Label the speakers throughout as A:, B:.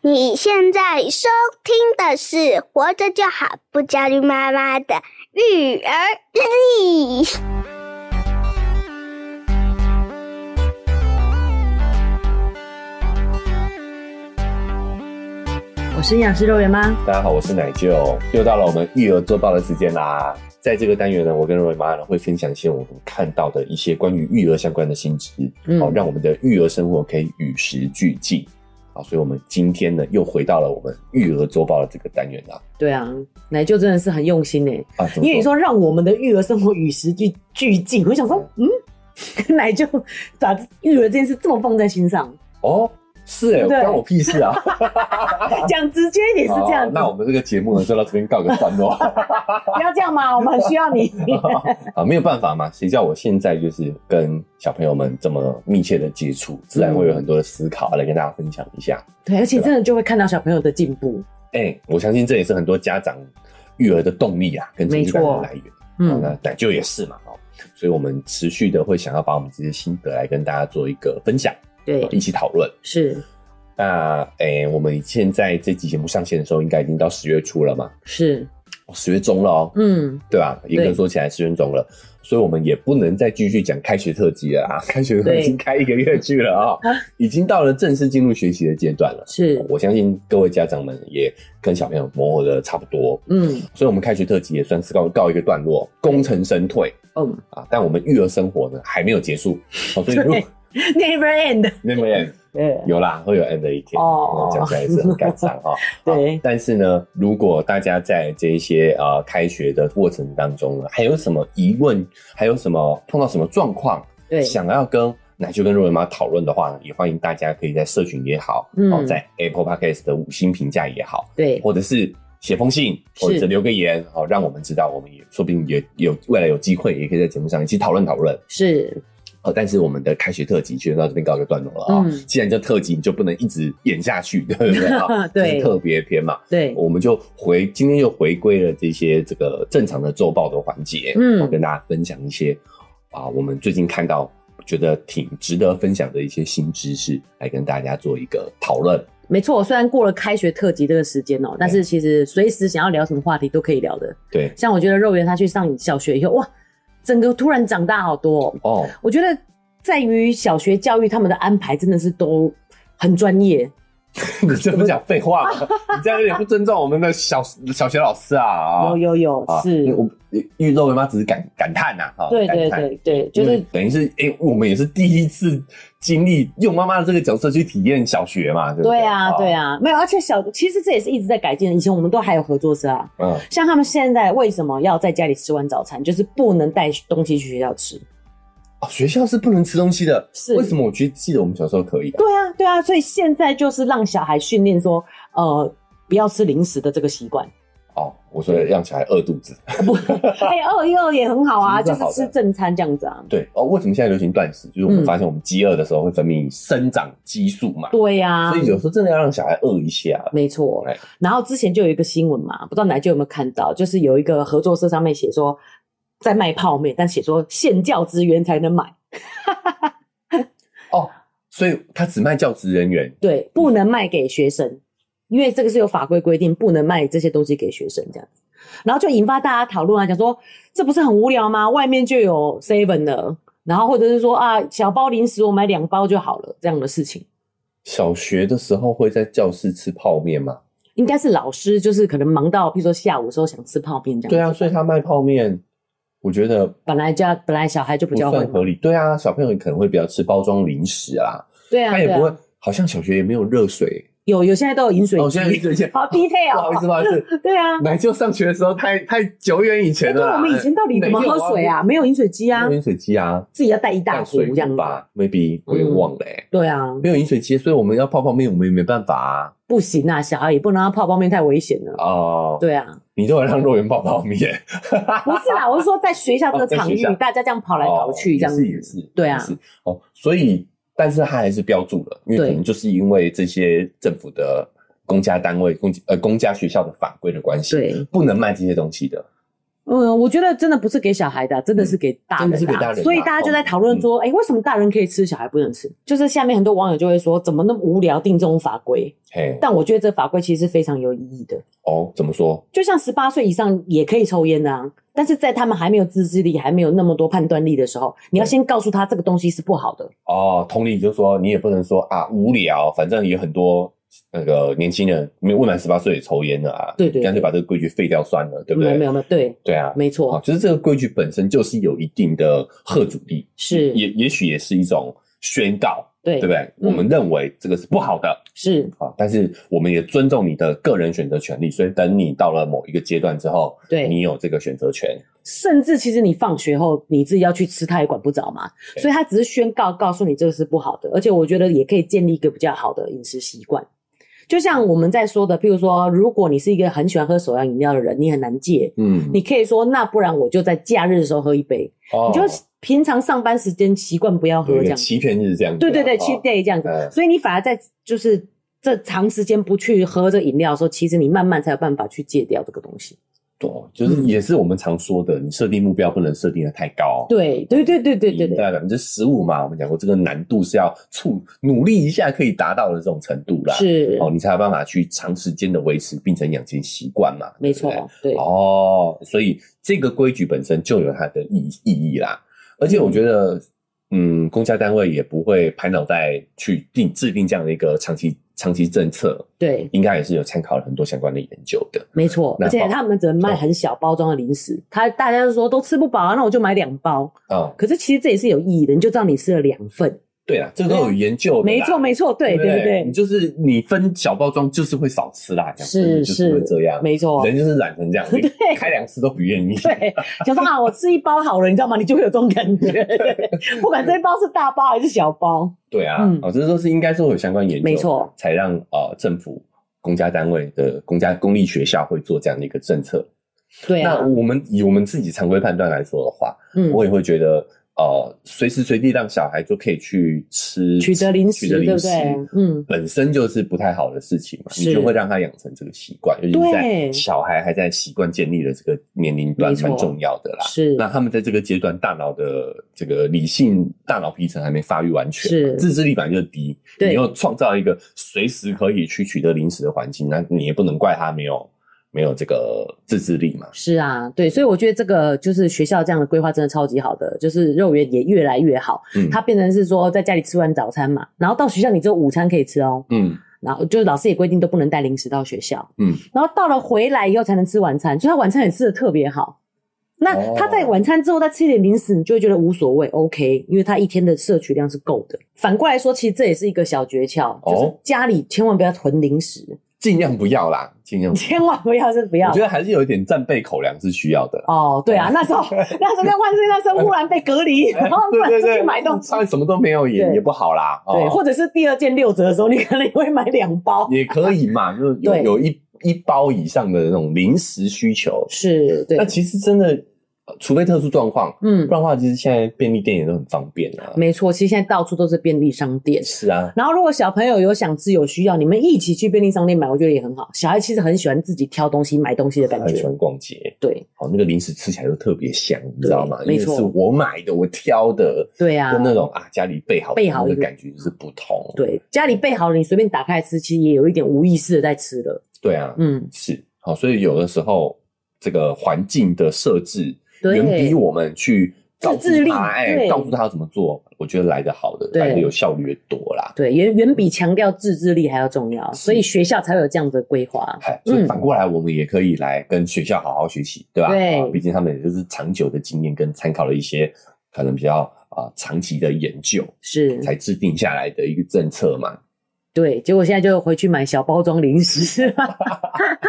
A: 你现在收听的是《活着就好，不焦虑妈妈的育儿日历》。
B: 我是营养师肉圆妈，
C: 大家好，我是奶舅，又到了我们育儿周报的时间啦。在这个单元呢，我跟瑞妈呢会分享一些我们看到的一些关于育儿相关的新知，
B: 嗯
C: 好、让我们的育儿生活可以与时俱进。好，所以我们今天呢又回到了我们育儿周报的这个单元啦。
B: 对啊，奶舅真的是很用心哎，
C: 啊，怎么
B: 因为你说让我们的育儿生活与时俱俱进，我想说，嗯， 奶舅把育儿这件事这么放在心上，
C: 哦，是哎、
B: 对
C: 关我屁事 啊！
B: 讲直接一点是这样
C: 好
B: 子，
C: 那我们这个节目呢就到这边告个段落。
B: 不要这样 嘛，我们很需要你。
C: 啊，没有办法嘛，谁叫我现在就是跟小朋友们这么密切的接触，自然会有很多的思考来跟大家分享一下。
B: 对，而且真的就会看到小朋友的进步，
C: 哎、我相信这也是很多家长育儿的动力啊，跟成就感
B: 没错
C: 的来源。好
B: 嗯，
C: 那奶舅也是嘛，哦，所以我们持续的会想要把我们这些心得来跟大家做一个分享，
B: 对，
C: 一起讨论。
B: 是
C: 那诶、我们现在这期节目上线的时候，应该已经到十月初了嘛，
B: 是，
C: 十、0月中了哦，
B: 嗯，
C: 对吧？严格说起来，十月中了，所以我们也不能再继续讲开学特辑了啊，开学特
B: 对
C: 辑已经开一个月去了啊、已经到了正式进入学习的阶段了。
B: 是，
C: 我相信各位家长们也跟小朋友磨合的差不多，
B: 嗯，
C: 所以我们开学特辑也算是告告一个段落，功成身退。
B: 嗯
C: 啊，但我们育儿生活呢还没有结 束，哦、所以如果
B: 对，never end，
C: 那么也
B: 对，
C: 有啦，会有 end 的一天，
B: 哦
C: 哦，讲起来也是很感伤 哈。好
B: 对
C: 但是呢，如果大家在这一些呃开学的过程当中呢，还有什么疑问，还有什么碰到什么状况，
B: 对，
C: 想要跟奶舅跟若文妈讨论的话呢，也欢迎大家可以在社群也好，
B: 嗯
C: 哦，在 Apple Podcast 的五星评价也好，
B: 对，
C: 或者是。写封信，
B: 是
C: 或者是留个言，好、哦，让我们知道，我们也说不定也有未来有机会，也可以在节目上一起讨论讨论。
B: 是，
C: 呃，但是我们的开学特辑就到这边告一个段落了啊、
B: 嗯
C: 既然叫特辑，你就不能一直演下去，对不 对啊？
B: 对
C: 就是特别篇嘛，
B: 对，
C: 我们就回今天又回归了这些这个正常的周报的环节，
B: 嗯
C: 我跟大家分享一些啊，我们最近看到觉得挺值得分享的一些新知识，来跟大家做一个讨论。
B: 没错，虽然过了开学特辑这个时间哦、但是其实随时想要聊什么话题都可以聊的。
C: 对，
B: 像我觉得肉圆他去上小学以后，哇，整个突然长大好多、哦。
C: 哦，
B: 我觉得在于小学教育他们的安排真的是都很专业，
C: 你这不讲废话 吗？你这样有点不尊重我们的小小学老师啊啊！
B: 有有有、
C: 啊，
B: 是，
C: 我玉肉妈只是感感叹呐、啊，哈
B: 对对
C: 感叹
B: 对对，就
C: 因为
B: 是
C: 等于是，哎、我们也是第一次经历用妈妈的这个角色去体验小学嘛，对不对？
B: 对啊对
C: 啊，
B: 啊，没有，而且小其实这也是一直在改进的。以前我们都还有合作社啊，
C: 嗯，
B: 像他们现在为什么要在家里吃完早餐，就是不能带东西去学校吃。
C: 哦，学校是不能吃东西的，
B: 是
C: 为什么？我觉得记得我们小时候可以、啊，
B: 对啊，对啊，所以现在就是让小孩训练说，呃，不要吃零食的这个习 惯。
C: 哦，我说让小孩饿肚子，
B: 哎、二一二也很好啊，
C: 其
B: 就
C: 实是
B: 是
C: 好的
B: 吃正餐这样子啊。
C: 对哦，为什么现在流行断食？就是我
B: 嗯
C: 们发现我们饥饿的时候会分泌生长激素嘛，
B: 对啊呀、
C: 所以有时候真的要让小孩饿一下，
B: 没错
C: 哎。
B: 然后之前就有一个新闻嘛，不知道奶舅有没有看到，就是有一个合作社上面写说在卖泡面，但写说限教职员才能买，
C: 哦，所以他只卖教职人员，
B: 对，不能卖给学生，因为这个是有法规规定，不能卖这些东西给学生这样子。然后就引发大家讨论啊，讲说这不是很无聊吗？外面就有 seven 了，然后或者是说啊，小包零食我买两包就好了这样的事情。
C: 小学的时候会在教室吃泡面吗？
B: 应该是老师，就是可能忙到，譬如说下午的时候想吃泡面这样。
C: 对啊，所以他卖泡面，我觉得
B: 本来家本来小孩就比
C: 不
B: 较会
C: 算
B: 嘛
C: 合理。对啊，小朋友可能会比较吃包装零食啦，
B: 对啊，
C: 他也
B: 对啊
C: 不会，好像小学也没有热水
B: 有有现在都有饮水
C: 哦，现在
B: 机，
C: 一
B: 好
C: 不
B: detail，
C: 好意思，不好意 思，
B: 对啊，
C: 奶就上学的时候太太久远以前
B: 哎对啊
C: 了啦。
B: 我们以前到底怎么喝水啊？没有饮水机啊
C: 啊没有，饮水机啊，
B: 自己要带一大
C: 淡
B: 壶
C: 水
B: 这样子
C: 壶。吧，maybe 我也忘了欸
B: 对啊，
C: 没有饮水机，所以我们要泡泡面，我们也没办法啊。
B: 不行啊，小孩也不能让他泡泡面太危险了。
C: 哦，
B: 对啊，
C: 你都有让肉圆泡泡面，
B: 不是啦，我是说在学校这个场
C: 哦在学
B: 域
C: 校，
B: 大家这样跑来跑去这样
C: 哦也是也
B: 子，
C: 是，
B: 对啊
C: 也是哦，所以但是他还是标注了，因为
B: 对
C: 可能就是因为这些政府的公家单位、公呃公家学校的法规的关系，
B: 对。
C: 不能卖这些东西的。
B: 嗯，我觉得真的不是给小孩的，真的是给大人、啊
C: 真的是给大人啊
B: 所以大家就在讨论说，哎、为什么大人可以吃，小孩不能吃？就是下面很多网友就会说，怎么那么无聊定这种法规？
C: 嘿，
B: 但我觉得这法规其实是非常有意义的。
C: 哦，怎么说？
B: 就像十八岁以上也可以抽烟的、啊，但是在他们还没有自制力、还没有那么多判断力的时候，你要先告诉他这个东西是不好的。
C: 哦，同理，就是说你也不能说啊无聊，反正也很多那个年轻人没有未满十八岁也抽烟的啊，
B: 对对对
C: 干脆把这个规矩废掉算了，对不
B: 没
C: 对？
B: 有没有没有，对，
C: 对啊，
B: 没
C: 啊，
B: 错，
C: 就是这个规矩本身就是有一定的贺阻力，
B: 是
C: 也也许也是一种宣告，
B: 对
C: 对不对？我们认为这个是不好的
B: 是，
C: 啊，但是我们也尊重你的个人选择权利，所以等你到了某一个阶段之后，
B: 对
C: 你有这个选择权，
B: 甚至其实你放学后你自己要去吃，他也管不着嘛，
C: 对
B: 所以他只是宣告告诉你这个是不好的，而且我觉得也可以建立一个比较好的饮食习惯。就像我们在说的，譬如说，如果你是一个很喜欢喝手摇饮料的人，你很难戒，
C: 嗯，
B: 你可以说，那不然我就在假日的时候喝一杯，
C: 哦
B: 你就平常上班时间习惯不要喝
C: 有
B: 这
C: 一个
B: 样。
C: 欺骗日这样子啊，
B: 对对对
C: 哦
B: ，cheat day 这样子，
C: 嗯
B: 所以你反而在就是这长时间不去喝这饮料的时候，其实你慢慢才有办法去戒掉这个东西。
C: 哦，就是
B: 嗯
C: 也是我们常说的，你设定目标不能设定的太高，
B: 对对对对对对
C: 大
B: 对，
C: 概百分之十五嘛，我们讲过这个难度是要促努力一下可以达到的这种程度啦，
B: 是
C: 哦，你才有办法去长时间的维持，并且养成习惯嘛，
B: 没
C: 对不
B: 错，对
C: 对。哦，所以这个规矩本身就有它的意意义啦，而且我觉得，嗯，公家单位也不会拍脑袋去定制定这样的一个长期长期政策，
B: 对，
C: 应该也是有参考了很多相关的研究的。
B: 没错，
C: 那
B: 而且
C: 好
B: 他们只能卖很小包装的零食，他大家就说都吃不饱啊，那我就买两包。
C: 哦，
B: 可是其实这也是有意义的，你就知道你吃了两份。
C: 对啦，这个都有研究的啦，
B: 没错没错，对
C: 不
B: 对对，
C: 你就是你分小包装，就是会少吃辣，讲真
B: 是
C: 的就是会
B: 是
C: 这样，
B: 没错。
C: 人就是懒成这 样，
B: 对
C: 你开两次都不愿意。
B: 对， 想说啊，我吃一包好了，你知道吗？你就会有这种感觉， 对不管这一包是大包还是小包，
C: 对啊，
B: 嗯
C: 哦，这都是应该是会有相关研究，
B: 没错，
C: 才让呃政府公家单位的公家公立学校会做这样的一个政策。
B: 对啊
C: 那，我们以我们自己常规判断来说的话，
B: 嗯，
C: 我也会觉得。呃，随时随地让小孩就可以去吃
B: 取得零食
C: 取得零食
B: 对不对嗯
C: 本身就是不太好的事情嘛，你
B: 是
C: 就会让他养成这个习惯，尤其是在
B: 对
C: 小孩还在习惯建立的这个年龄段，
B: 没错
C: 蛮重要的啦。
B: 是
C: 那他们在这个阶段，大脑的这个理性大脑皮层还没发育完全嘛，
B: 是
C: 自制力本来就低，
B: 对
C: 你又创造一个随时可以去取得零食的环境，那你也不能怪他没有没有这个自制力嘛。
B: 是啊，对，所以我觉得这个就是学校这样的规划真的超级好的，就是肉圆也越来越好，
C: 嗯，
B: 它变成是说在家里吃完早餐嘛，然后到学校你只有午餐可以吃哦，
C: 嗯
B: 然后就是老师也规定都不能带零食到学校，
C: 嗯，
B: 然后到了回来以后才能吃晚餐，所以他晚餐也吃的特别好。那
C: 哦
B: 他在晚餐之后再吃一点零食，你就会觉得无所谓，OK，因为他一天的摄取量是够的。反过来说，其实这也是一个小诀窍，就是
C: 哦
B: 家里千万不要囤零食，
C: 尽量不要啦，尽量不要。
B: 千万不要是不要
C: 我觉。得还是有一点战备口粮是需要的啦。
B: 哦，对啊，那 时候那时候在万岁那时候忽然被隔离，
C: 哎
B: 然后突然出去买东西，
C: 穿什么都没有也
B: 对
C: 也不好啦。哦
B: 对，或者是第二件六折的时候，你可能也会买两包，
C: 也可以嘛，就是有
B: 对
C: 有一一包以上的那种临时需求。
B: 是对
C: 那，其实真的，呃除非特殊状况，
B: 嗯
C: 不，然的话，其实现在便利店也都很方便啊。
B: 没错，其实现在到处都是便利商店。
C: 是啊，
B: 然后，如果小朋友有想吃有需要，你们一起去便利商店买，我觉得也很好。小孩其实很喜欢自己挑东西、买东西的感
C: 很喜
B: 觉
C: 欢。逛街。
B: 对
C: 哦，那个零食吃起来都特别香，你知道吗？因
B: 没
C: 为
B: 错
C: 是我买的，我挑的，
B: 对啊
C: 跟，那种啊家里备好
B: 备好
C: 的那
B: 的
C: 个感觉就是不同。
B: 对，家里备好了，你随便打开来吃，其实也有一点无意识的在吃了。
C: 对啊，
B: 嗯，
C: 是好，所以有的时候这个环境的设置
B: 对
C: 远比我们去告
B: 自制
C: 诉
B: 力
C: 他，哎，
B: 对
C: 告诉他要怎么做，我觉得来的好的，
B: 对
C: 来的有效率越多啦。
B: 对，远远比强调自制力还要重要，
C: 是
B: 所以学校才会有这样的规划。
C: 哎，所以
B: 嗯
C: 反过来，我们也可以来跟学校好好学习，对吧？
B: 对
C: 啊毕竟他们也就是长久的经验跟参考了一些可能比较啊、长期的研究，
B: 是，
C: 才制定下来的一个政策嘛。
B: 对，结果现在就回去买小包装零食，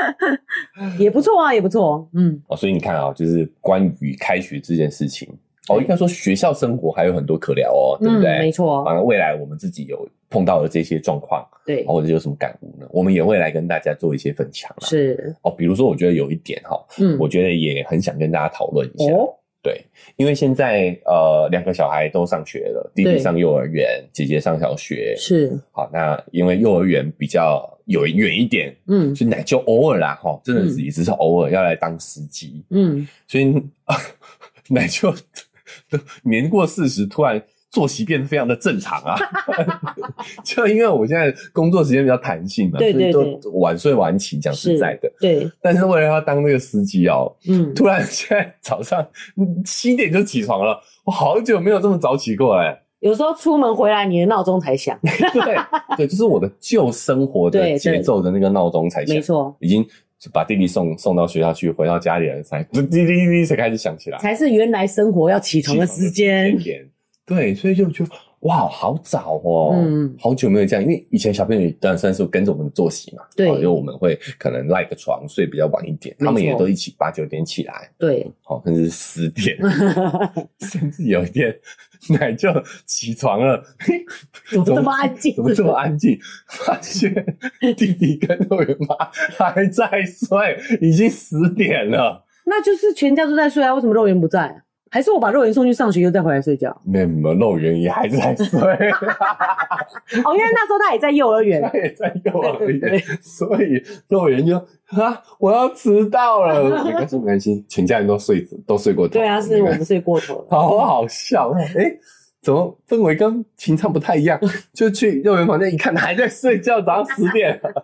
B: 也不错啊，也不错。嗯，
C: 哦，所以你看啊，就是关于开学这件事情，哦，应该说学校生活还有很多可聊哦，对不对？
B: 嗯，没错，
C: 反正未来我们自己有碰到的这些状况，啊
B: 对，
C: 或者有什么感悟呢？我们也会来跟大家做一些分享啦。
B: 是，
C: 哦，比如说，我觉得有一点哈、
B: 嗯，
C: 我觉得也很想跟大家讨论一下。
B: 哦，
C: 对，因为现在呃，两个小孩都上学了，弟弟
B: 对
C: 上幼儿园，姐姐上小学。
B: 是，
C: 好，那因为幼儿园比较有远一点，
B: 嗯
C: 所以奶就偶尔啦，哈，真的是
B: 嗯
C: 也只是偶尔要来当司机，
B: 嗯，
C: 所以、 啊、奶就都年过四十，突然作息变得非常的正常 啊。就因为我现在工作时间比较弹性嘛，
B: 对对
C: 所以都晚睡晚起，讲实
B: 是
C: 在的。
B: 对，
C: 但是为了要当那个司机哦，
B: 嗯，
C: 突然现在早上七点就起床了，我好久没有这么早起过哎、
B: 有时候出门回来，你的闹钟才响，
C: 对对，就是我的旧生活的
B: 对
C: 节奏的那个闹钟才响
B: 没，错，
C: 已经把弟弟送送到学校去，回到家里了才滴滴滴滴才开始响起来，
B: 才是原来生活要起床的时间
C: 啊起床的时。点。对，所以就觉得哇，好早哦，
B: 嗯
C: 好久没有这样，因为以前小朋友当然算是跟着我们的作息嘛，
B: 对
C: 哦因为我们会可能赖个床睡比较晚一点，
B: 没错
C: 他们也都一起八九点起来，
B: 对，
C: 好、甚至十点， 甚至有一天奶就起床了，嘿
B: 怎么这么安静？
C: 怎么这么安静？发现弟弟跟幼儿园妈还在睡，已经十点了。
B: 那就是全家都在睡啊，为什么肉圆不在、啊？还是我把肉圆送去上学，又再回来睡觉？
C: 没有，没有肉圆也还在睡，
B: 哦，因为那时候他也在幼儿园
C: 他。也 在幼儿
B: 对对
C: 园，所以肉圆就啊，我要迟 到了。没关系，没关系，全家人都睡都睡过头。
B: 对啊，是我
C: 没关系
B: 们睡过头了。
C: 好好笑。哎、怎么氛围跟平常不太一样？就去幼儿园房间一看，还在睡觉，早上十点了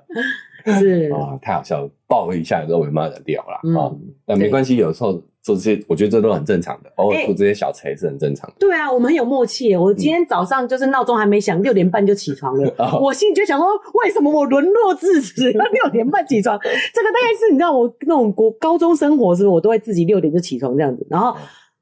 B: 是，
C: 啊，太好笑了，爆了一下幼儿园妈的料啦。
B: 嗯
C: 啊。那没关系，有时候做这些，我觉得这都很正常的，偶尔出这些小差是很正常的。
B: 对啊，我们很有默契耶。我今天早上就是闹钟还没响，六点半就起床了。
C: 哦
B: 我心里就想说，为什么我沦落至此， 要六点半起床？这个大概是你知道，我那种国高中生活是不是，我都会自己六点就起床这样子。然后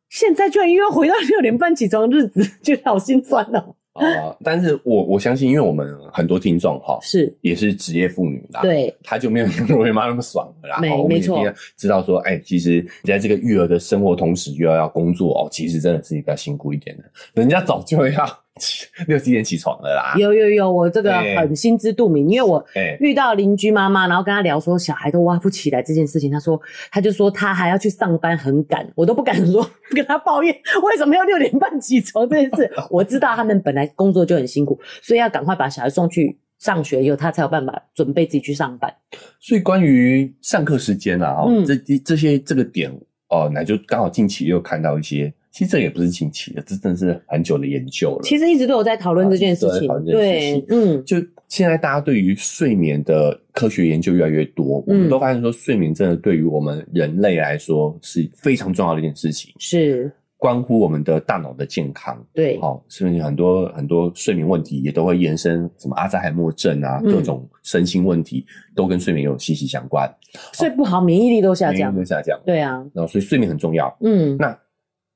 B: 现在居然又要回到六点半起床的日子，觉得好心酸哦。
C: 啊、但是我我相信，因为我们很多听众哈，
B: 是，
C: 也是职业妇女啦，，
B: 对，
C: 她就没有幼儿园妈那么爽了啦。
B: 没
C: 哦我们
B: 没
C: 也
B: 错
C: 应该知道说，哎、其实你在这个育儿的生活同时又要要工作哦，其实真的是比较辛苦一点的。人家早就要 起六七点起床了啦，
B: 有有有，我这个
C: 哎
B: 很心知肚明，因为我
C: 哎、
B: 遇到邻居妈妈，然后跟她聊说小孩都挖不起来这件事情，她说她就说她还要去上班，很赶，我都不敢说 跟她抱怨为什么要六点半起床这件事。 我知道他们本来工作就很辛苦，所以要赶快把小孩送去上学以后，她才有办法准备自己去上班。
C: 嗯所以关于上课时间啊，哦
B: 嗯
C: 这这这些这个点哦，那就刚好近期又看到一些，其实这也不是近期的，这真的是很久的研究了。
B: 其实一直都有在讨论这件事情，
C: 啊一直都在讨论这件事
B: 对
C: 情，
B: 嗯，
C: 就现在大家对于睡眠的科学研究越来越多，我们
B: 嗯
C: 都发现说，睡眠真的对于我们人类来说是非常重要的一件事情，
B: 是，
C: 关乎我们的大脑的健康。
B: 对，
C: 好、甚至很多很多睡眠问题也都会延伸，什么阿兹海默症啊，
B: 嗯
C: 各种身心问题都跟睡眠有息息相关，
B: 睡不好，免疫力都下
C: 免疫
B: 降
C: 力，会下降。
B: 对啊，
C: 然后所以睡眠很重要。
B: 嗯，
C: 那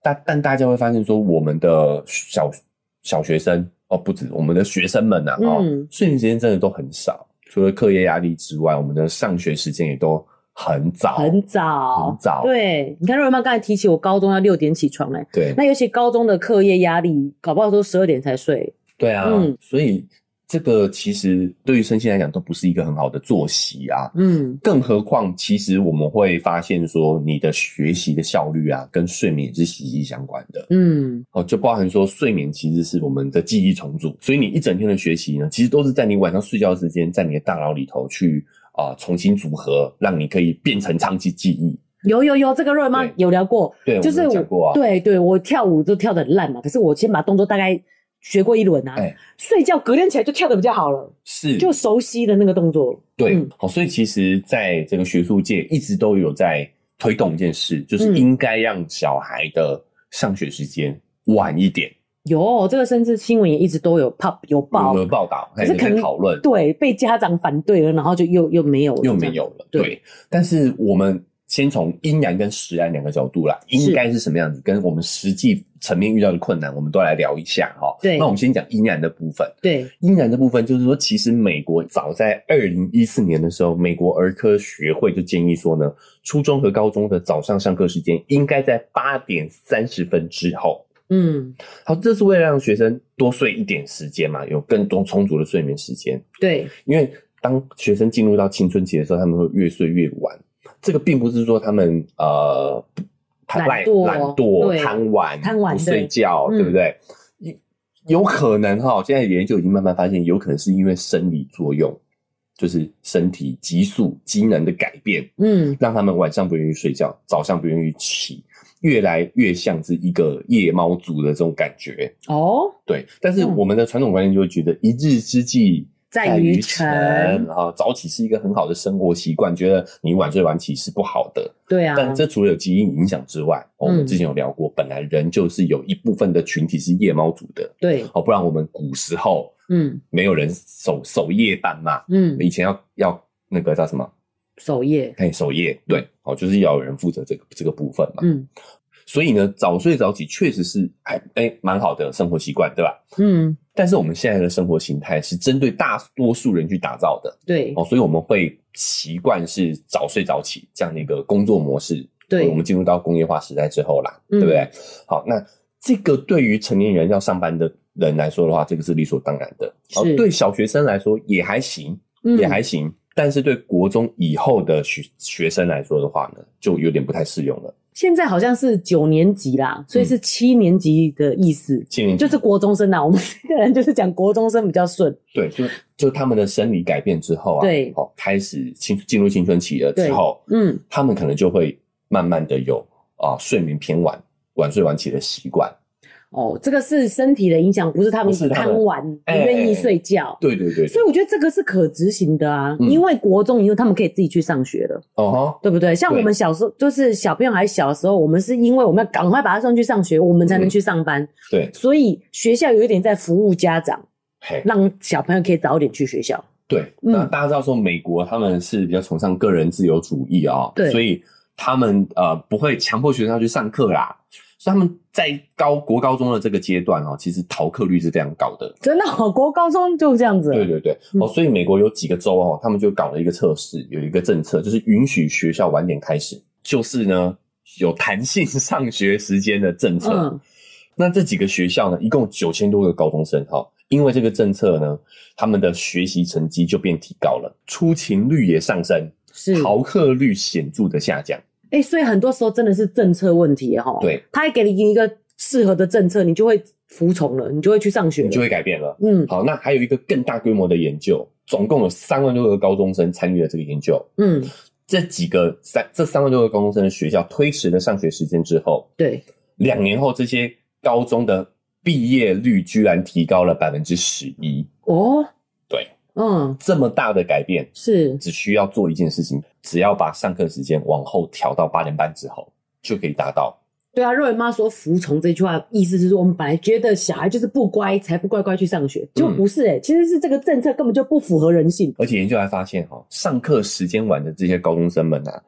C: 但但大家会发现说，我们的小小学生哦，不止我们的学生们呐、啊，哦，
B: 嗯
C: 睡眠时间真的都很少，除了课业压力之外，我们的上学时间也都很早，
B: 很早，
C: 很早
B: 对，你看瑞妈刚才提起我高中要六点起床、欸，哎。
C: 对
B: 那尤其高中的课业压力，搞不好都十二点才睡。
C: 对啊，
B: 嗯
C: 所以这个其实对于身心来讲都不是一个很好的作息啊。
B: 嗯，
C: 更何况，其实我们会发现说，你的学习的效率啊，跟睡眠也是息息相关的。
B: 嗯，
C: 哦，就包含说睡眠其实是我们的记忆重组，所以你一整天的学习呢，其实都是在你晚上睡觉之间，在你的大脑里头去啊、重新组合，让你可以变成长期记忆。
B: 有有有，这个瑞妈
C: 对
B: 有聊过，
C: 对，
B: 就
C: 我
B: 是
C: 们有讲过啊，
B: 对对，我跳舞都跳的烂嘛，可是我先把动作大概学过一轮啊，
C: 哎
B: 睡觉隔天起来就跳的比较好了，
C: 是，
B: 就熟悉了那个动作。
C: 对，
B: 嗯
C: 好，所以其实在这个学术界一直都有在推动一件事，就是
B: 嗯
C: 应该让小孩的上学时间晚一点，
B: 有这个，甚至新闻也一直都有 pop 有报
C: 有，的报道，还
B: 可是
C: 有
B: 可
C: 在
B: 能
C: 讨论，
B: 对，被家长反对了，然后就又又没有了，
C: 又没
B: 这样，
C: 有了，
B: 对
C: 对。但是我们先从阴然跟实然两个角度啦，应该是什么样子，跟我们实际层面遇到的困难，我们都来聊一下哈。
B: 对
C: 那我们先讲阴然的部分。
B: 对，
C: 阴然的部分就是说，其实美国早在二零一四年的时候，美国儿科学会就建议说呢，初中和高中的早上上课时间应该在八点三十分之后。
B: 嗯，
C: 好，这是为了让学生多睡一点时间嘛，有更多充足的睡眠时间。
B: 对，
C: 因为当学生进入到青春期的时候，他们会越睡越晚。这个并不是说他们呃不
B: 懒
C: 懒
B: 惰
C: 懒
B: 对
C: 惰、贪玩、
B: 贪玩
C: 不睡
B: 对
C: 觉，
B: 嗯
C: 对不对？有有可能哈，现在研究已经慢慢发现，有可能是因为生理作用，就是身体激素机能的改变，
B: 嗯，
C: 让他们晚上不愿意睡觉，早上不愿意起，越来越像是一个夜猫族的这种感觉。
B: 哦，
C: 对，但是
B: 嗯
C: 我们的传统观念就会觉得一日之计
B: 在于
C: 于
B: 晨
C: 啊，早起是一个很好的生活习惯，觉得你晚睡晚起是不好的。
B: 对啊，
C: 但这除了有基因影响之外，哦我
B: 嗯
C: 们之前有聊过，本来人就是有一部分的群体是夜猫族的，
B: 对，
C: 哦，不然我们古时候
B: 嗯
C: 没有人守守夜班嘛，
B: 嗯，
C: 以前要要那个叫什么？
B: 首页，
C: 看守夜，对，哦，就是要有人负责这个这个部分嘛。
B: 嗯
C: 所以呢，早睡早起确实是还哎蛮好的生活习惯，对吧？
B: 嗯，
C: 但是我们现在的生活形态是针对大多数人去打造的
B: 对
C: 哦，所以我们会习惯是早睡早起这样的一个工作模式。
B: 对
C: 我们进入到工业化时代之后啦，
B: 嗯
C: 对不对？好，那这个对于成年人要上班的人来说的话，这个是理所当然的。哦
B: 是，
C: 对小学生来说也还行，
B: 嗯
C: 也还行。但是对国中以后的学学生来说的话呢，就有点不太适用了。
B: 现在好像是九年级啦，所以
C: 嗯
B: 是七年级的意思，
C: 七年级
B: 就是国中生啊 啦。我们这个人就是讲国中生比较顺，
C: 对，就就他们的生理改变之后啊，
B: 对
C: 哦，开始青进入青春期了之后，
B: 嗯，
C: 他们可能就会慢慢的有啊、睡眠偏晚、晚睡晚起的习惯。
B: 哦，这个是身体的影响，不是他们
C: 不哦是他们
B: 贪玩，不
C: 哎
B: 愿意睡觉。
C: 对对对，
B: 所以我觉得这个是可执行的啊，
C: 嗯
B: 因为国中以后他们可以自己去上学了，
C: 哦哈，
B: 对不对？像我们小时候，就是小朋友还小的时候，我们是因为我们要赶快把他送去上学，我们才能去上
C: 嗯
B: 班，
C: 对，
B: 所以学校有一点在服务家长，
C: 嘿，
B: 让小朋友可以早点去学校。
C: 对。
B: 嗯
C: 那大家知道说，美国他们是比较崇尚个人自由主义啊、哦，
B: 对
C: 所以他们呃不会强迫学生要去上课啦。所以他们在高国高中的这个阶段哦，其实逃课率是非常高的。
B: 真的、哦，国高中就这样子了。
C: 对对对，
B: 嗯
C: 哦，所以美国有几个州哦，他们就搞了一个测试，有一个政策，就是允许学校晚点开始，就是呢有弹性上学时间的政策。
B: 嗯
C: 那这几个学校呢，一共九千多个高中生哈、因为这个政策呢，他们的学习成绩就变提高了，出勤率也上升，
B: 是
C: 逃课率显著的下降。
B: 哎、所以很多时候真的是政策问题哈。
C: 对，
B: 他还给你一个适合的政策，你就会服从了，你就会去上学
C: 你
B: 了。
C: 就会改变了。
B: 嗯
C: 好，那还有一个更大规模的研究，总共有三万多个高中生参与了这个研究。
B: 嗯，
C: 这几个三这三万多个高中生的学校推迟了上学时间之后，
B: 对，
C: 两年后这些高中的毕业率居然提高了百分之十一，
B: 哦，
C: 对，
B: 嗯，
C: 这么大的改变，
B: 是
C: 只需要做一件事情，只要把上课时间往后调到八点半之后，就可以达到。
B: 对啊。肉圆妈说服从这句话，意思是说我们本来觉得小孩就是不乖，才不乖乖去上
C: 嗯
B: 学，结果不是哎、其实是这个政策根本就不符合人性。
C: 而且研究还发现，哈，上课时间晚的这些高中生们啊，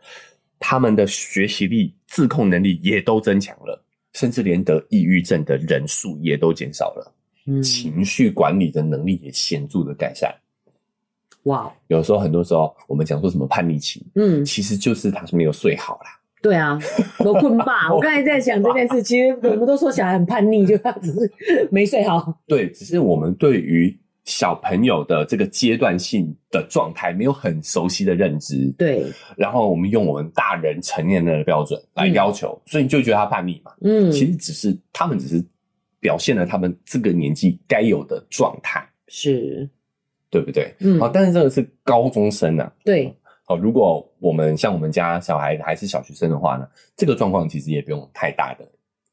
C: 他们的学习力、自控能力也都增强了，甚至连得抑郁症的人数也都减少了。
B: 嗯，
C: 情绪管理的能力也显著的改善。
B: 哇，
C: 有时候，很多时候我们讲说什么叛逆期，
B: 嗯，
C: 其实就是他是没有睡好啦。
B: 对啊，罗困爸， 我刚才在想这件事，其实我们都说小孩很叛逆，就他只是没睡好。
C: 对，只是我们对于小朋友的这个阶段性的状态没有很熟悉的认知，，
B: 对，
C: 然后我们用我们大人成年人的标准来要求，所以你就觉得他叛逆嘛。
B: 嗯，
C: 其实只是他们只是表现了他们这个年纪该有的状态，
B: 是，
C: 对不对？
B: 嗯
C: 好，但是这个是高中生啊，
B: 对，
C: 好，如果我们像我们家小孩还是小学生的话呢，这个状况其实也不用太大的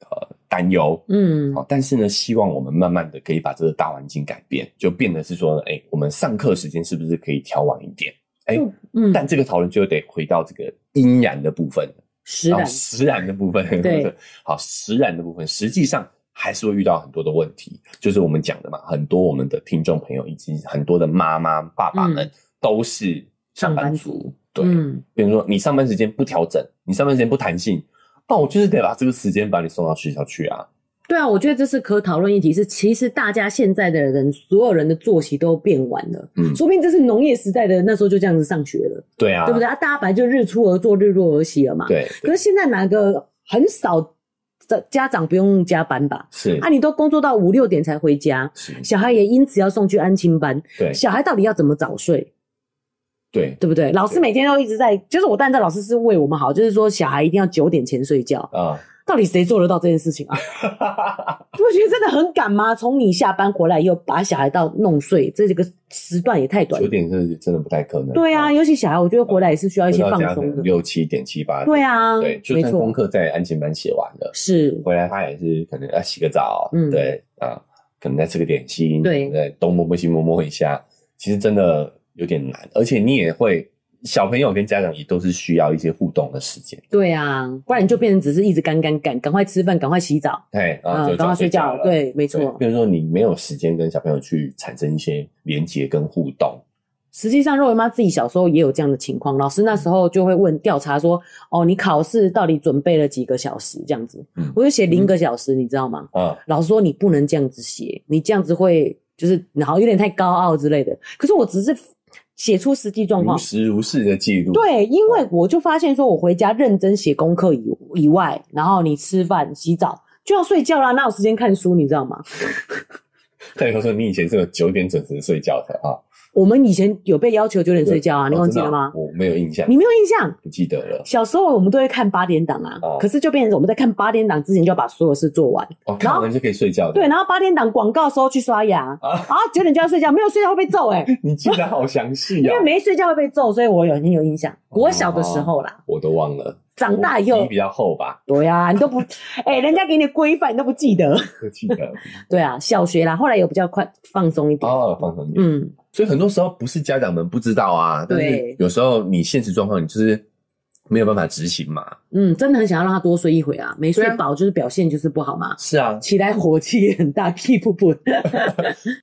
C: 呃担忧。
B: 嗯
C: 好，但是呢，希望我们慢慢的可以把这个大环境改变，就变得是说，哎、我们上课时间是不是可以调晚一点？哎、
B: 嗯，
C: 但这个讨论就得回到这个阴然的部分，
B: 实然
C: 后实然的部分，
B: 对，
C: 好，实然的部分，实际上还是会遇到很多的问题，就是我们讲的嘛，很多我们的听众朋友以及很多的妈妈爸爸们都是
B: 上
C: 上
B: 班
C: 班
B: 嗯族
C: 族，对，
B: 嗯，
C: 比如说你上班时间不调整，你上班时间不弹性，那我就是得把这个时间把你送到学校去啊。
B: 对啊，我觉得这是可讨论议题。是其实大家现在的人，所有人的作息都变晚了，
C: 嗯
B: 说不定这是农业时代的那时候就这样子上学了，
C: 对啊，
B: 对不对？啊，大家本来就日出而作，日落而息了嘛。。
C: 对？
B: 可是现在哪个很少的家长不用加班吧？
C: 是
B: 啊，你都工作到五六点才回家，
C: 是，
B: 小孩也因此要送去安亲班。
C: 对
B: 小孩到底要怎么早睡，
C: 对
B: 对不对？老师每天都一直在，就是我当然知道老师是为我们好，就是说小孩一定要九点前睡觉，
C: 啊，
B: 到底谁做得到这件事 情啊？你不觉得真的很赶吗？从你下班回来又把小孩到弄睡，这个时段也太短
C: 九。点是真的不太可能。
B: 对啊，尤其小孩，我觉得回来也是需要一
C: 哦回
B: 些
C: 到
B: 放
C: 家可
B: 松
C: 能
B: 的。
C: 六七点七八点，
B: 对啊，
C: 对，就
B: 没
C: 算功
B: 错，
C: 课在安静班写完了，
B: 是
C: 回来他也是可能要洗个澡，
B: 嗯
C: 对啊，可能再吃个点心，
B: 对
C: 可能再东摸摸西摸摸一下，其实真的有点难，而且你也会小朋友跟家长也都是需要一些互动的时间，
B: 对啊，不然你就变成只是一直赶赶赶，赶快吃饭，赶快洗澡，
C: 哎，啊，
B: 嗯
C: 就
B: 赶快
C: 早
B: 睡
C: 觉
B: 觉。
C: 了，
B: 对，没
C: 对，
B: 错
C: 比。如说你没有时间跟小朋友去产生一些连接跟互动，
B: 实际上，肉圆妈自己小时候也有这样的情况，老师那时候就会问调查说，哦，你考试到底准备了几个小时这样子
C: 嗯？
B: 我就写零个小时，你知道吗？
C: 啊，
B: 老师说你不能这样子写，你这样子会就是然后有点太高傲之类的。可是我只是写出实际状
C: 如
B: 况。
C: 实如是的记录，
B: 对，因为我就发现说，我回家认真写功课以以外，然后你吃饭、洗澡就要睡觉啦，哪有时间看书？你知道吗？
C: 对，他说你以前是有九点准时睡觉的啊，
B: 我们以前有被要求九点睡觉啊，
C: 哦
B: 你忘记
C: 真的
B: 了
C: 啊
B: 吗？
C: 我没有印象，
B: 你没有印象？
C: 不记得了。
B: 小时候我们都会看八点档啊，
C: 哦
B: 可是就变成我们在看八点档之前就要把所有事做完。
C: 哦，看完就可以睡觉了。
B: 对，然后八点档广告时候去刷牙
C: 啊
B: 啊，九点就要睡觉，没有睡觉会被揍哎、
C: 你记得好详细
B: 因
C: 啊
B: 为！没睡觉会被揍，所以我有很有印象。我小的时候啦，
C: 我都忘了，
B: 长大以后
C: 你比，较厚吧？
B: 哦 对啊，你都不， 哎、人家给你的规范你都不记得。
C: 我 记得
B: 对啊，小学啦，后来有比较快放松一点。
C: 哦，放松一点。
B: 嗯，
C: 所以很多时候不是家长们不知道啊，但是
B: 对
C: 有时候你现实状况你就是没有办法执行嘛。
B: 嗯，真的很想要让他多睡一会啊，没睡
C: 对啊
B: 饱就是表现就是不好嘛，
C: 是啊，
B: 起来火气也很大，屁不 不。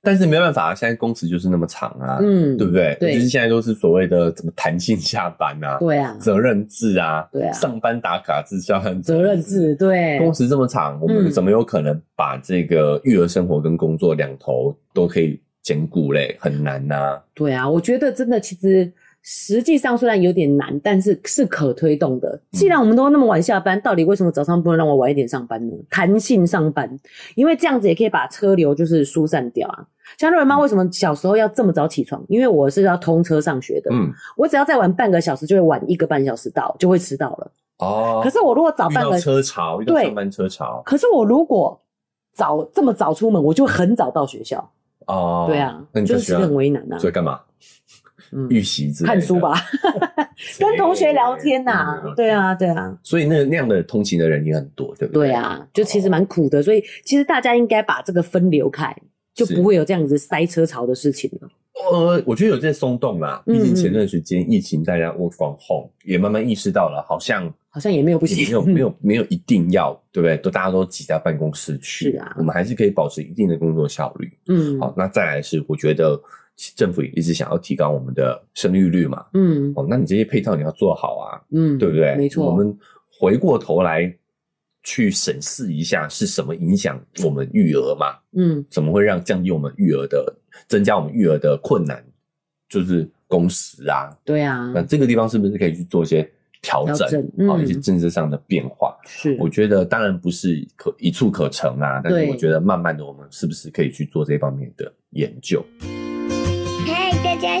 C: 但是没办法，现在工时就是那么长啊，
B: 嗯，
C: 对不对？
B: 对
C: 就是现在都是所谓的怎么弹性下班啊，
B: 对啊，
C: 责任制啊，
B: 对啊
C: 上班打卡制、下班
B: 责任制，嗯对，
C: 工时这么长，我们
B: 嗯
C: 怎么有可能把这个育儿生活跟工作两头都可以兼顾嘞？很难呐、
B: 对啊，我觉得真的其实。实际上虽然有点难，但是是可推动的。既然我们都那么晚下班，到底为什么早上不能让我晚一点上班呢？弹性上班，因为这样子也可以把车流就是疏散掉啊。像瑞文
C: 嗯
B: 妈为什么小时候要这么早起床？因为我是要通车上学的，
C: 嗯，
B: 我只要再晚半个小时，就会晚一个半小时到，就会迟到了。
C: 哦，
B: 可是我如果早
C: 遇
B: 半
C: 到
B: 个，
C: 车潮，遇到
B: 对
C: 上班车潮，
B: 可是我如果早这么早出门，我就很早到学校。
C: 哦，
B: 对啊
C: 那，你就
B: 就
C: 需
B: 是
C: 要
B: 很为难啊。
C: 所以干嘛？
B: 嗯，
C: 预习之类的嗯
B: 看 书吧，跟同学聊天呐、对。啊，对啊。
C: 所以那那样的通勤的人也很多，对不
B: 对
C: 对
B: 啊，就其实蛮苦的，所以其实大家应该把这个分流开，就是不会有这样子塞车潮的事情了。
C: 呃，我觉得有这些松动啦，
B: 嗯
C: 毕竟前段时间疫情，大家 work from home 也慢慢意识到了，好像
B: 好像也没有不行，
C: 没有没有没有一定要，对不对？都大家都挤在办公室去，
B: 是啊
C: 我们还是可以保持一定的工作效率。
B: 嗯，
C: 好，那再来是我觉得政府也一直想要提高我们的生育率嘛，
B: 嗯
C: 哦，那你这些配套你要做好啊，
B: 嗯，
C: 对不对？
B: 没错，
C: 我们回过头来去审视一下是什么影响我们育儿嘛？
B: 嗯
C: 怎么会让降低我们育儿的、增加我们育儿的困难？就是工时啊，
B: 对啊
C: 那，这个地方是不是可以去做一些调整？
B: 调整
C: 好、一些
B: 嗯
C: 政治上的变化。
B: 是
C: 我觉得当然不是可一蹴可成啊，但是
B: 对
C: 我觉得慢慢的，我们是不是可以去做这方面的研究？
A: 嗨，大家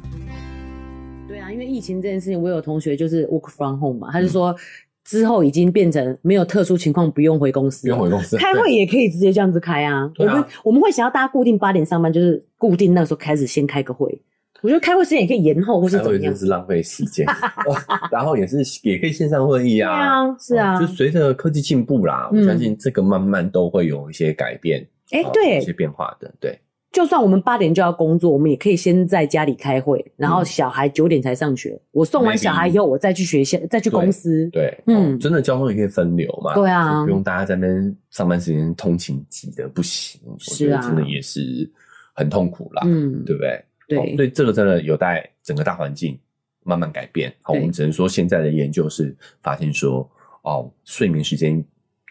B: 对啊，因为疫情这件事情，我有同学就是 work from home 嘛，他就说之后已经变成没有特殊情况不用回公司了，
C: 公司
B: 开会也可以直接这样子开啊。
C: 对
B: 我
C: 啊
B: 们我们会想要大家固定八点上班，就是固定那个时候开始先开个会，我觉得开会时间也可以延后，或是
C: 开
B: 怎么
C: 会
B: 样
C: 真。是浪费时间，哦然后也是也可以线上会议哦
B: 对啊，是啊
C: 就。随着科技进步啦，
B: 嗯
C: 我相信这个慢慢都会有一些改变，
B: 哎
C: 啊，有一些
B: 对，
C: 变化的，对，
B: 就算我们八点就要工作，我们也可以先在家里开会，然后小孩九点才上学。我送完
C: Maybe
B: 小孩以后，我再去学校，再去公司。
C: 对，
B: 嗯
C: 嗯，真的交通也可以分流嘛，
B: 对啊
C: 就不用大家在那边上班时间通勤挤的不行，我
B: 是
C: 觉
B: 啊
C: 得真的也是很痛苦啦，
B: 嗯，
C: 啊对不对？哦所
B: 对，
C: 以这个真的有待整个大环境慢慢改变。好，我
B: 对
C: 们只能说现在的研究是发现说，哦，睡眠时间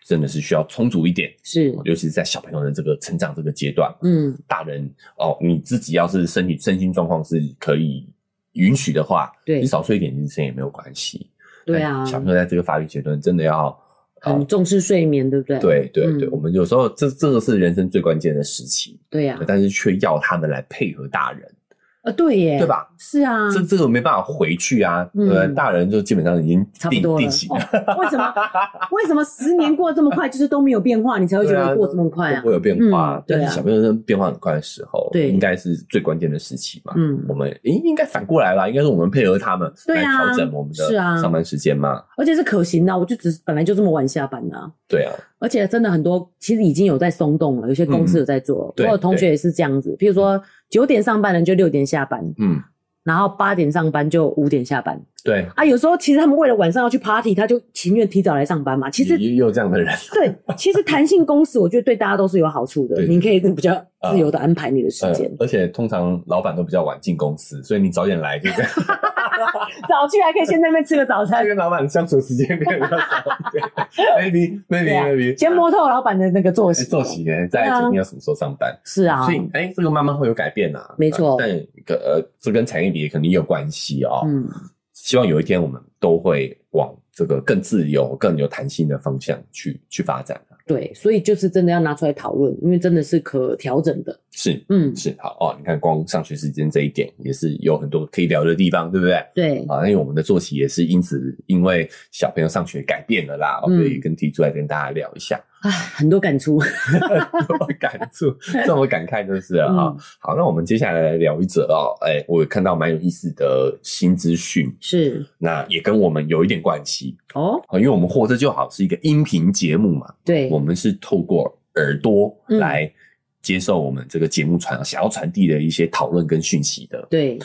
C: 真的是需要充足一点，
B: 是，
C: 尤其是在小朋友的这个成长这个阶段，
B: 嗯，
C: 大人哦，你自己要是身体身心状况是可以允许的话，
B: 对
C: 你少哎睡一点其实也没有关系。
B: 对啊
C: 但，小朋友在这个发育阶段真的要，
B: 很重视睡眠，对不对？
C: 对对对，
B: 嗯
C: 我们有时候这这个是人生最关键的时期，
B: 对呀，
C: 但是却要他们来配合大人，
B: 呃，对耶，
C: 对？吧？
B: 是啊，
C: 这这个没办法回去啊，
B: 嗯
C: 呃，大人就基本上已经
B: 差不
C: 定
B: 多了
C: 定。型啊
B: 哦
C: 了，
B: 为什 么？为什么十年过得这么快，就是都没有变化，你才会觉
C: 对啊
B: 得过这么快啊
C: 会？有变化，
B: 嗯对啊
C: 但是小朋友真的变化很快的时候，
B: 对
C: 应该是最关键的时期嘛。
B: 嗯
C: 我们诶应该反过来吧，应该是我们配合他们
B: 对
C: 来
B: 啊
C: 调整我们的
B: 是啊
C: 上班时间嘛。
B: 而且是可行的啊，我就只是本来就这么晚下班的啊。
C: 对啊，
B: 而且真的很多，其实已经有在松动了，有些公司有在做。
C: 嗯对
B: 我有同学也是这样子，譬如说九点上班的人就六点下班，
C: 嗯，
B: 然后八点上班就五点下班
C: 对，
B: 啊。有时候其实他们为了晚上要去 party，他就情愿提早来上班嘛。其实
C: 也也有这样的人，
B: 对，其实弹性工时我觉得对大家都是有好处的，
C: 对啊
B: 你可以比较自由的安排你的时间
C: 嗯，，而且通常老板都比较晚进公司，所以你早点来 就这样，
B: 早去还可以先在那边吃个早餐
C: 这，跟老板相处时间变得比较少。对 maybe
B: 对
C: maybe
B: 啊
C: maybe
B: 先摸透老板的那个作
C: 哎
B: 息。
C: 作息呢，再决定要什么时候上班。
B: 是啊
C: 所，以哎、这个慢慢会有改变啊，
B: 没错
C: 呃但个呃，这跟产业比肯定也有关系哦。
B: 嗯，
C: 希望有一天我们都会往这个更自由、更有弹性的方向去去发展啊、
B: 对，所以就是真的要拿出来讨论，因为真的是可调整的。
C: 是
B: 嗯，
C: 是，好哦。你看，光上学时间这一点也是有很多可以聊的地方，对不对？
B: 对，
C: 啊，因为我们的作息也是因此因为小朋友上学改变了啦，哦
B: 嗯
C: 所以跟提出来跟大家聊一下。
B: 唉，很多感
C: 啊
B: 触。
C: 多感触，这么感慨就是了啊、
B: 嗯
C: 好，那我们接下来来聊一则哦，哎、我看到蛮有意思的新资讯，
B: 是
C: 那也跟我们有一点关系
B: 哦，
C: 啊，因为我们活着就好是一个音频节目嘛，
B: 对，
C: 我们是透过耳朵
B: 嗯
C: 来接受我们这个节目传想要传递的一些讨论跟讯息的。
B: 对，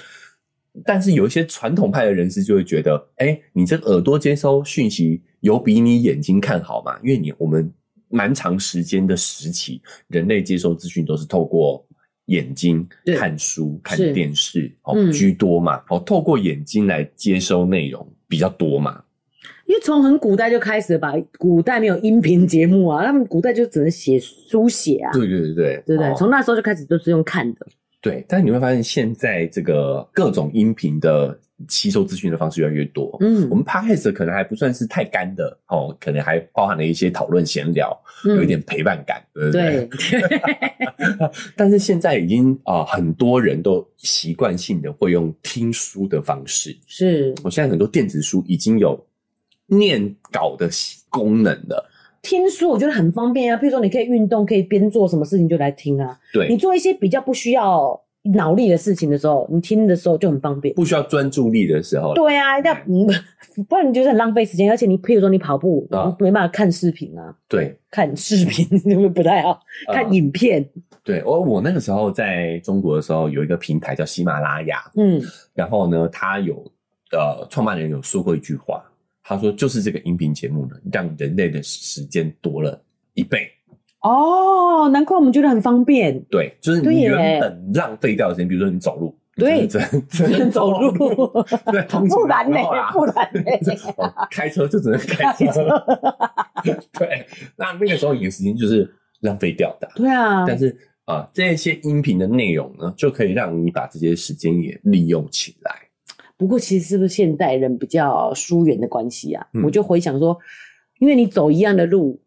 C: 但是有一些传统派的人士就会觉得，哎、你这个耳朵接收讯息有比你眼睛看好吗？因为你我们蛮长时间的时期，人类接收资讯都是透过眼睛
B: 对
C: 看书、看
B: 是
C: 电视哦、
B: 嗯
C: 居多嘛，哦，透过眼睛来接收内容比较多嘛。
B: 因为从很古代就开始了吧，古代没有音频节目啊，他们古代就只能写书写啊，
C: 对对对对，
B: 对不对
C: 哦？
B: 从那时候就开始都是用看的，
C: 对，但你会发现现在这个各种音频的吸收资讯的方式越来越多，
B: 嗯，
C: 我们 podcast 可能还不算是太干的哦，可能还包含了一些讨论闲聊，有一点陪伴感，对不
B: 嗯
C: 对？
B: 对对
C: 但是现在已经啊、呃很多人都习惯性的会用听书的方式。
B: 是
C: 我现在很多电子书已经有念稿的功能了，
B: 听书，我觉得很方便啊。譬如说，你可以运动，可以边做什么事情就来听啊。你
C: 对，
B: 做一些比较不需要脑力的事情的时候，你听的时候就很方便。
C: 不需要专注力的时候，
B: 对啊，那嗯不然你就是很浪费时间，而且你譬如说你跑步，
C: 啊
B: 你没办法看视频啊，
C: 对
B: 看视频 就会不太好，
C: 呃
B: 看影片，
C: 对，我我那个时候在中国的时候有一个平台叫喜马拉雅，
B: 嗯，
C: 然后呢，他有呃，创办人有说过一句话，他说就是这个音频节目呢，让人类的时间多了一倍。
B: 哦，难怪我们觉得很方便，
C: 对，就是
B: 对
C: 你
B: 耶
C: 原本浪费掉的时间，比如说你走路，
B: 对
C: 你只能只
B: 只能
C: 能
B: 走路，
C: 对，通勤
B: 不然呢
C: 的时候啊，
B: 不然呢
C: 哦开车就只能开
B: 开
C: 车
B: 车。
C: 对，那那个时候你的时间就是浪费掉的，
B: 对啊，
C: 但是啊、呃这些音频的内容呢，就可以让你把这些时间也利用起来。
B: 不过其实是不是现代人比较疏远的关系啊？
C: 嗯
B: 我就回想说，因为你走一样的路，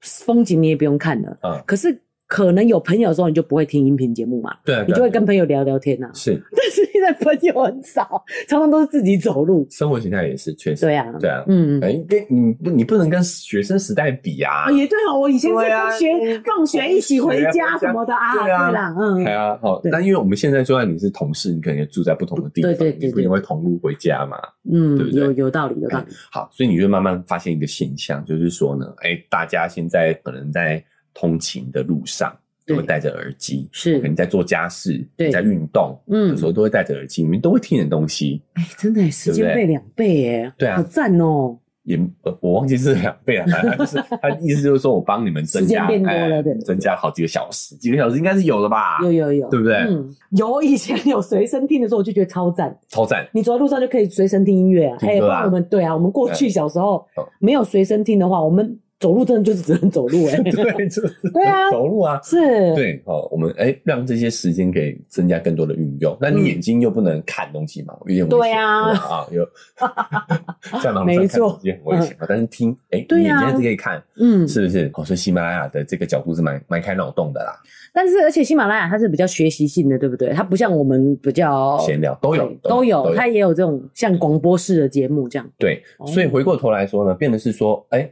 B: 风景你也不用看了，
C: 嗯
B: 可是可能有朋友的时候，你就不会听音频节目嘛，
C: 对啊，
B: 你就会
C: 对啊
B: 跟朋友聊聊天呐、啊。
C: 是
B: 但是现在朋友很少，常常都是自己走路。
C: 生活形态也是确实，
B: 对啊，
C: 对啊，
B: 嗯，
C: 哎，跟你不你不能跟学生时代比啊
B: 啊，也对哦，我以前是
C: 对啊
B: 跟学
C: 嗯
B: 放学一起回家什么的啊，
C: 对啊
B: 啦，嗯
C: 对，啊，好
B: 对，
C: 但因为我们现在就算你是同事，你可能也住在不同的地方，
B: 对对对对
C: 你不一定会同路回家嘛。对
B: 嗯，
C: 不对哎
B: 有有道理，有道理。
C: 好，所以你就慢慢发现一个现象，就是说呢，哎，大家现在可能在通勤的路上
B: 对
C: 都会戴着耳机，
B: 是
C: 可能在做家事，
B: 对
C: 你在运动，
B: 嗯
C: 有时候都会戴着耳机，你们都会听点东西，
B: 哎，真的耶，时间
C: 对不对
B: 倍两倍耶，
C: 对啊
B: 好赞哦，
C: 也呃我忘记是两倍了，反正就是他意思就是说我帮你们增加，
B: 时间变多了
C: 哎
B: 对
C: 增加好几个小时，几个小时应该是有的吧，
B: 有有有，
C: 对不对
B: 嗯，有以前有随身听的时候，我就觉得超赞。
C: 超赞，
B: 你走在路上就可以随身听音乐啊，
C: 听
B: 哎，不
C: 歌啊
B: 然我们对啊，我们过去小时候
C: 嗯
B: 没有随身听的话，我们走路真的就是只能走路 哎，
C: 对，就是
B: 对啊
C: 走路啊，
B: 是，
C: 对，好，我们哎、让这些时间可以增加更多的运用。那
B: 嗯
C: 你眼睛又不能看东西嘛，有点危险。
B: 对啊
C: 对啊，有 在马路
B: 没
C: 上看
B: 错
C: 手机很危险嘛。但是听，哎、
B: 对
C: 你眼
B: 啊
C: 睛还是可以看，
B: 嗯，
C: 是不是？哦，所以喜马拉雅的这个角度是蛮蛮开脑洞的啦。
B: 但是而且喜马拉雅它是比较学习性的，对不对？它不像我们比较
C: 闲聊都有
B: 哦对都有，它也有这种像广播式的节目这样。
C: 对，
B: 哦
C: 所以回过头来说呢，变的是说，哎、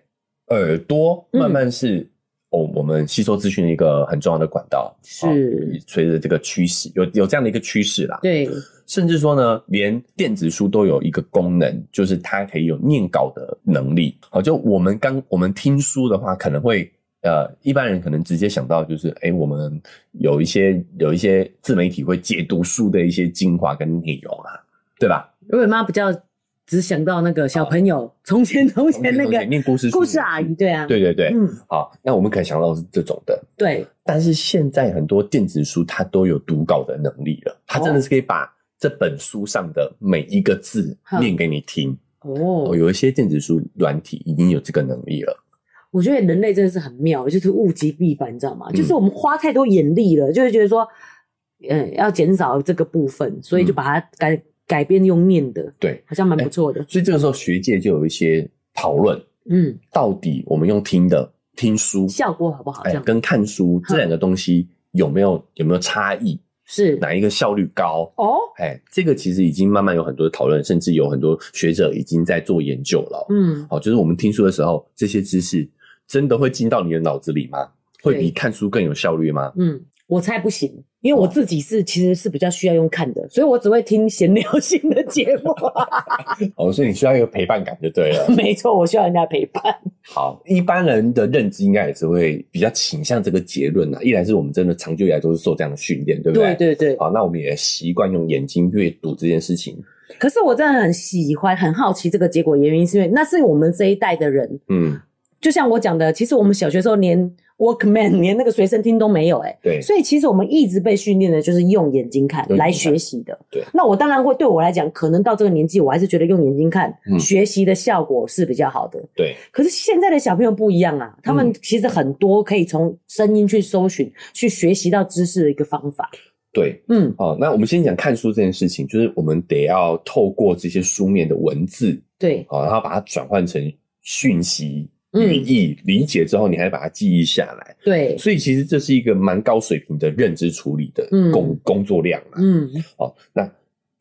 C: 耳朵慢慢是、哦，我们吸收资讯的一个很重要的管道，
B: 是
C: 哦随着这个趋势，有有这样的一个趋势啦。
B: 对，
C: 甚至说呢，连电子书都有一个功能，就是它可以有念稿的能力。好，就我们刚我们听书的话，可能会呃，一般人可能直接想到就是，哎，我们有一些有一些自媒体会解读书的一些精华跟内容啊，对吧？
B: 因为妈比较只想到那个小朋友，从前从前那
C: 从前从
B: 个
C: 前念故事书
B: 故事阿姨，对啊，
C: 对对对，
B: 嗯，
C: 好，那我们可能想到的是这种的。
B: 对，
C: 但是现在很多电子书它都有读稿的能力了，它真的是可以把这本书上的每一个字
B: 哼
C: 念给你听。
B: 哦
C: 哦，，有一些电子书软体已经有这个能力了。
B: 我觉得人类真的是很妙，就是物极必反，你知道
C: 嗯
B: 吗？就是我们花太多眼力了，就会觉得说，嗯，要减少这个部分，所以就把它改改变用念的，
C: 对，哎
B: 好像蛮不错的。
C: 所以这个时候学界就有一些讨论，
B: 嗯，
C: 到底我们用听的听书，
B: 效果好不好？这
C: 哎，
B: 样嗯
C: 跟看书这两个东西有没有有没有差异？
B: 是
C: 哪一个效率高？
B: 哦，
C: 哎，这个其实已经慢慢有很多讨论，甚至有很多学者已经在做研究了。
B: 嗯，
C: 好，就是我们听书的时候，这些知识真的会进到你的脑子里吗？会比
B: 对
C: 看书更有效率吗？
B: 嗯，我猜不行，因为我自己是其实是比较需要用看的，所以我只会听闲聊性的节目。啊
C: 哦，所以你需要一个陪伴感就对了。
B: 没错，我需要人家陪伴。
C: 好，一般人的认知应该也是会比较倾向这个结论啊。一来是我们真的长久以来都是受这样的训练，对不对？哦
B: 对对对。
C: 好，那我们也习惯用眼睛阅读这件事情。
B: 可是我真的很喜欢、很好奇这个结果，原因是因为那是我们这一代的人，
C: 嗯，
B: 就像我讲的，其实我们小学时候连 Walkman 连那个随身听都没有、欸，
C: 对，
B: 所以其实我们一直被训练的就是用眼睛看
C: 用眼睛看
B: 来学习的。
C: 对
B: 那我当然会对我来讲，可能到这个年纪，我还是觉得用眼睛看、
C: 嗯
B: 学习的效果是比较好的。
C: 对，
B: 可是现在的小朋友不一样啊，他
C: 嗯
B: 们其实很多可以从声音去搜寻、去学习到知识的一个方法。
C: 对。
B: 嗯，
C: 哦，那我们先讲看书这件事情，就是我们得要透过这些书面的文字，
B: 对，
C: 哦，然后把它转换成讯息、
B: 嗯
C: 语义、理解之后，你还把它记忆下来。
B: 对，
C: 所以其实这是一个蛮高水平的认知处理的
B: 嗯
C: 工、工作量啦。
B: 嗯，
C: 哦，那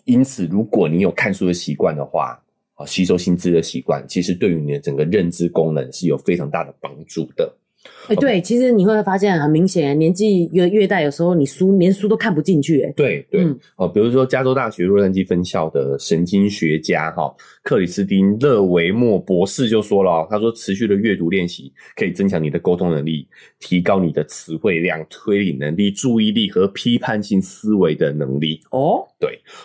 C: 因此，如果你有看书的习惯的话，哦，吸收新知的习惯，其实对于你的整个认知功能是有非常大的帮助的。
B: 哎、对，其实你会发现很明显，年纪越越大，有时候你书连书都看不进去、欸，
C: 对对，
B: 嗯
C: 哦，比如说加州大学洛杉矶分校的神经学家哈、克里斯汀勒维莫博士就说了、哦，他说持续的阅读练习可以增强你的沟通能力，提高你的词汇量、推理能力、注意力和批判性思维的能力。
B: 哦，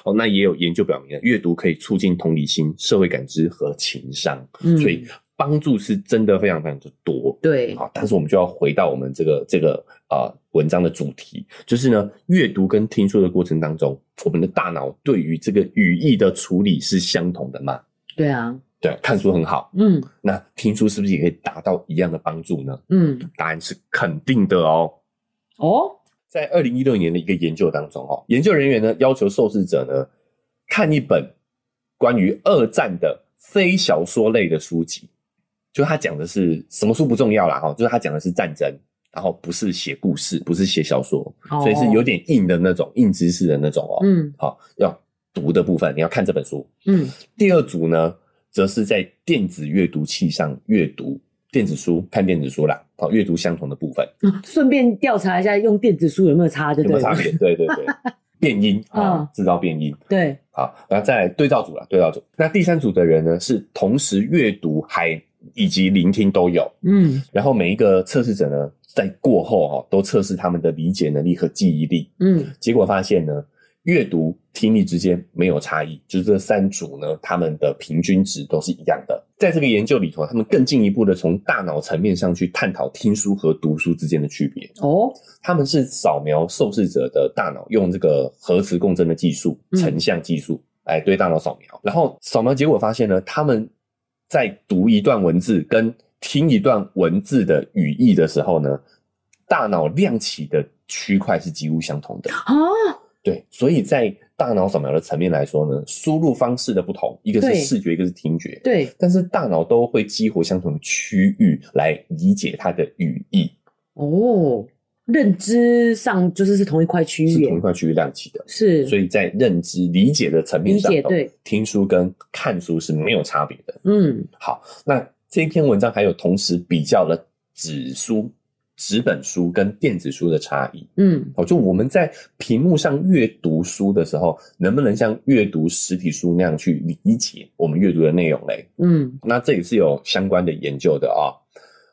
C: 哦，那也有研究表明了，啊阅读可以促进同理心、社会感知和情商，
B: 嗯
C: 所以帮助是真的非常非常的多。
B: 对，
C: 好，但是我们就要回到我们这个这个啊、呃文章的主题，就是呢，阅读跟听说的过程当中，我们的大脑对于这个语义的处理是相同的嘛？
B: 对啊，
C: 对啊，看书很好，
B: 嗯
C: 那听书是不是也可以达到一样的帮助呢？
B: 嗯，
C: 答案是肯定的哦。
B: 哦，
C: 在二零一六年的一个研究当中，哦，研究人员呢要求受试者呢看一本关于二战的非小哦说类的书籍，就他讲的是什么书不重要啦，哈，就是他讲的是战争，然后不是写故事，不是写小说，
B: 哦
C: 所以是有点硬的那种硬知识的那种哦。
B: 嗯
C: 好，要读的部分你要看这本书。
B: 嗯
C: 第二组呢，则是在电子阅读器上阅读电子书，看电子书啦，好，阅读相同的部分
B: 啊顺便调查一下用电子书有没有差，就
C: 有
B: 对
C: 没有差
B: 了。
C: 别？对对对，变音啊
B: 嗯，
C: 制造变音。
B: 对，
C: 好，然后再来对照组了，对照组。那第三组的人呢，是同时阅读还以及聆听都有，
B: 嗯
C: 然后每一个测试者呢，在过后哈、都测试他们的理解能力和记忆力。
B: 嗯
C: 结果发现呢，阅读、听力之间没有差异，就是这三组呢，他们的平均值都是一样的。在这个研究里头，他们更进一步的从大脑层面上去探讨听书和读书之间的区别。
B: 哦
C: 他们是扫描受试者的大脑，用这个核磁共振的技术、
B: 嗯
C: 成像技术来对大脑扫描。然后扫描结果发现呢，他们在读一段文字跟听一段文字的语义的时候呢，大脑亮起的区块是几乎相同的。
B: 啊，
C: 对，所以在大脑扫描的层面来说呢，输入方式的不同，一个是
B: 对
C: 视觉，一个是听觉。
B: 对，
C: 但是大脑都会激活相同的区域来理解它的语义，
B: 哦，认知上就是是同一块区域
C: 是同一
B: 耶，
C: 块区域亮起的。
B: 是，
C: 所以在认知理解的层面上
B: 理解
C: 头，
B: 对
C: 听书跟看书是没有差别的。
B: 嗯
C: 好，那这篇文章还有同时比较了纸书、纸本书跟电子书的差异。
B: 嗯
C: 哦，就我们在屏幕上阅读书的时候，能不能像阅读实体书那样去理解我们阅读的内容嘞？
B: 嗯
C: 那这也是有相关的研究的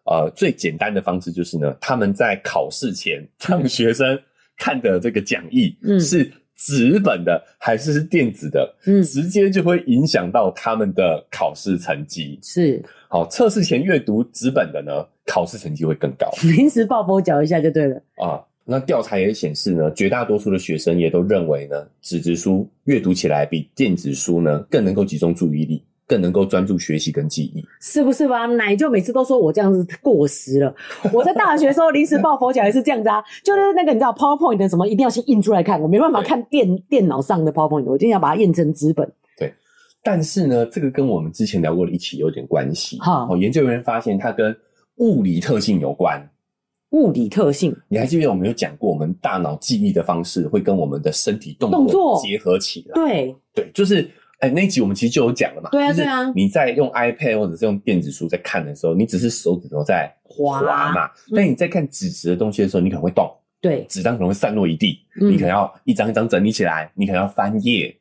C: 啊、呃，最简单的方式就是呢，他们在考试前让学生看的这个讲义
B: 嗯
C: 是纸本的还是电子的，
B: 嗯，
C: 直接就会影响到他们的考试成绩。
B: 是，
C: 好，测试前阅读纸本的呢，考试成绩会更高
B: 临时抱佛脚一下就对了，
C: 啊。那调查也显示呢，绝大多数的学生也都认为呢，纸质书阅读起来比电子书呢更能够集中注意力，更能够专注学习跟记忆。
B: 是不是吧？奶就每次都说我这样子过时了，我在大学的时候临时抱佛脚也是这样子啊，就是那个你知道 PowerPoint 的什么一定要先印出来看，我没办法
C: 对
B: 看电电脑上的 PowerPoint，我一定要把它印成纸本，
C: 但是呢，这个跟我们之前聊过的一起有点关系。
B: 好
C: 哦，研究人员发现它跟物理特性有关。
B: 物理特性，
C: 你还记得我们有讲过，我们大脑记忆的方式会跟我们的身体动
B: 动作
C: 结合起来。
B: 对，
C: 对，就是哎，那一集我们其实就有讲了嘛。
B: 对啊
C: 就是
B: 对啊
C: 你在用 iPad 或者是用电子书在看的时候，你只是手指头在
B: 滑
C: 嘛，
B: 嗯
C: 但你在看纸质的东西的时候，你可能会动，
B: 对，
C: 纸张可能会散落一地，
B: 嗯
C: 你可能要一张一张整理起来，你可能要翻页。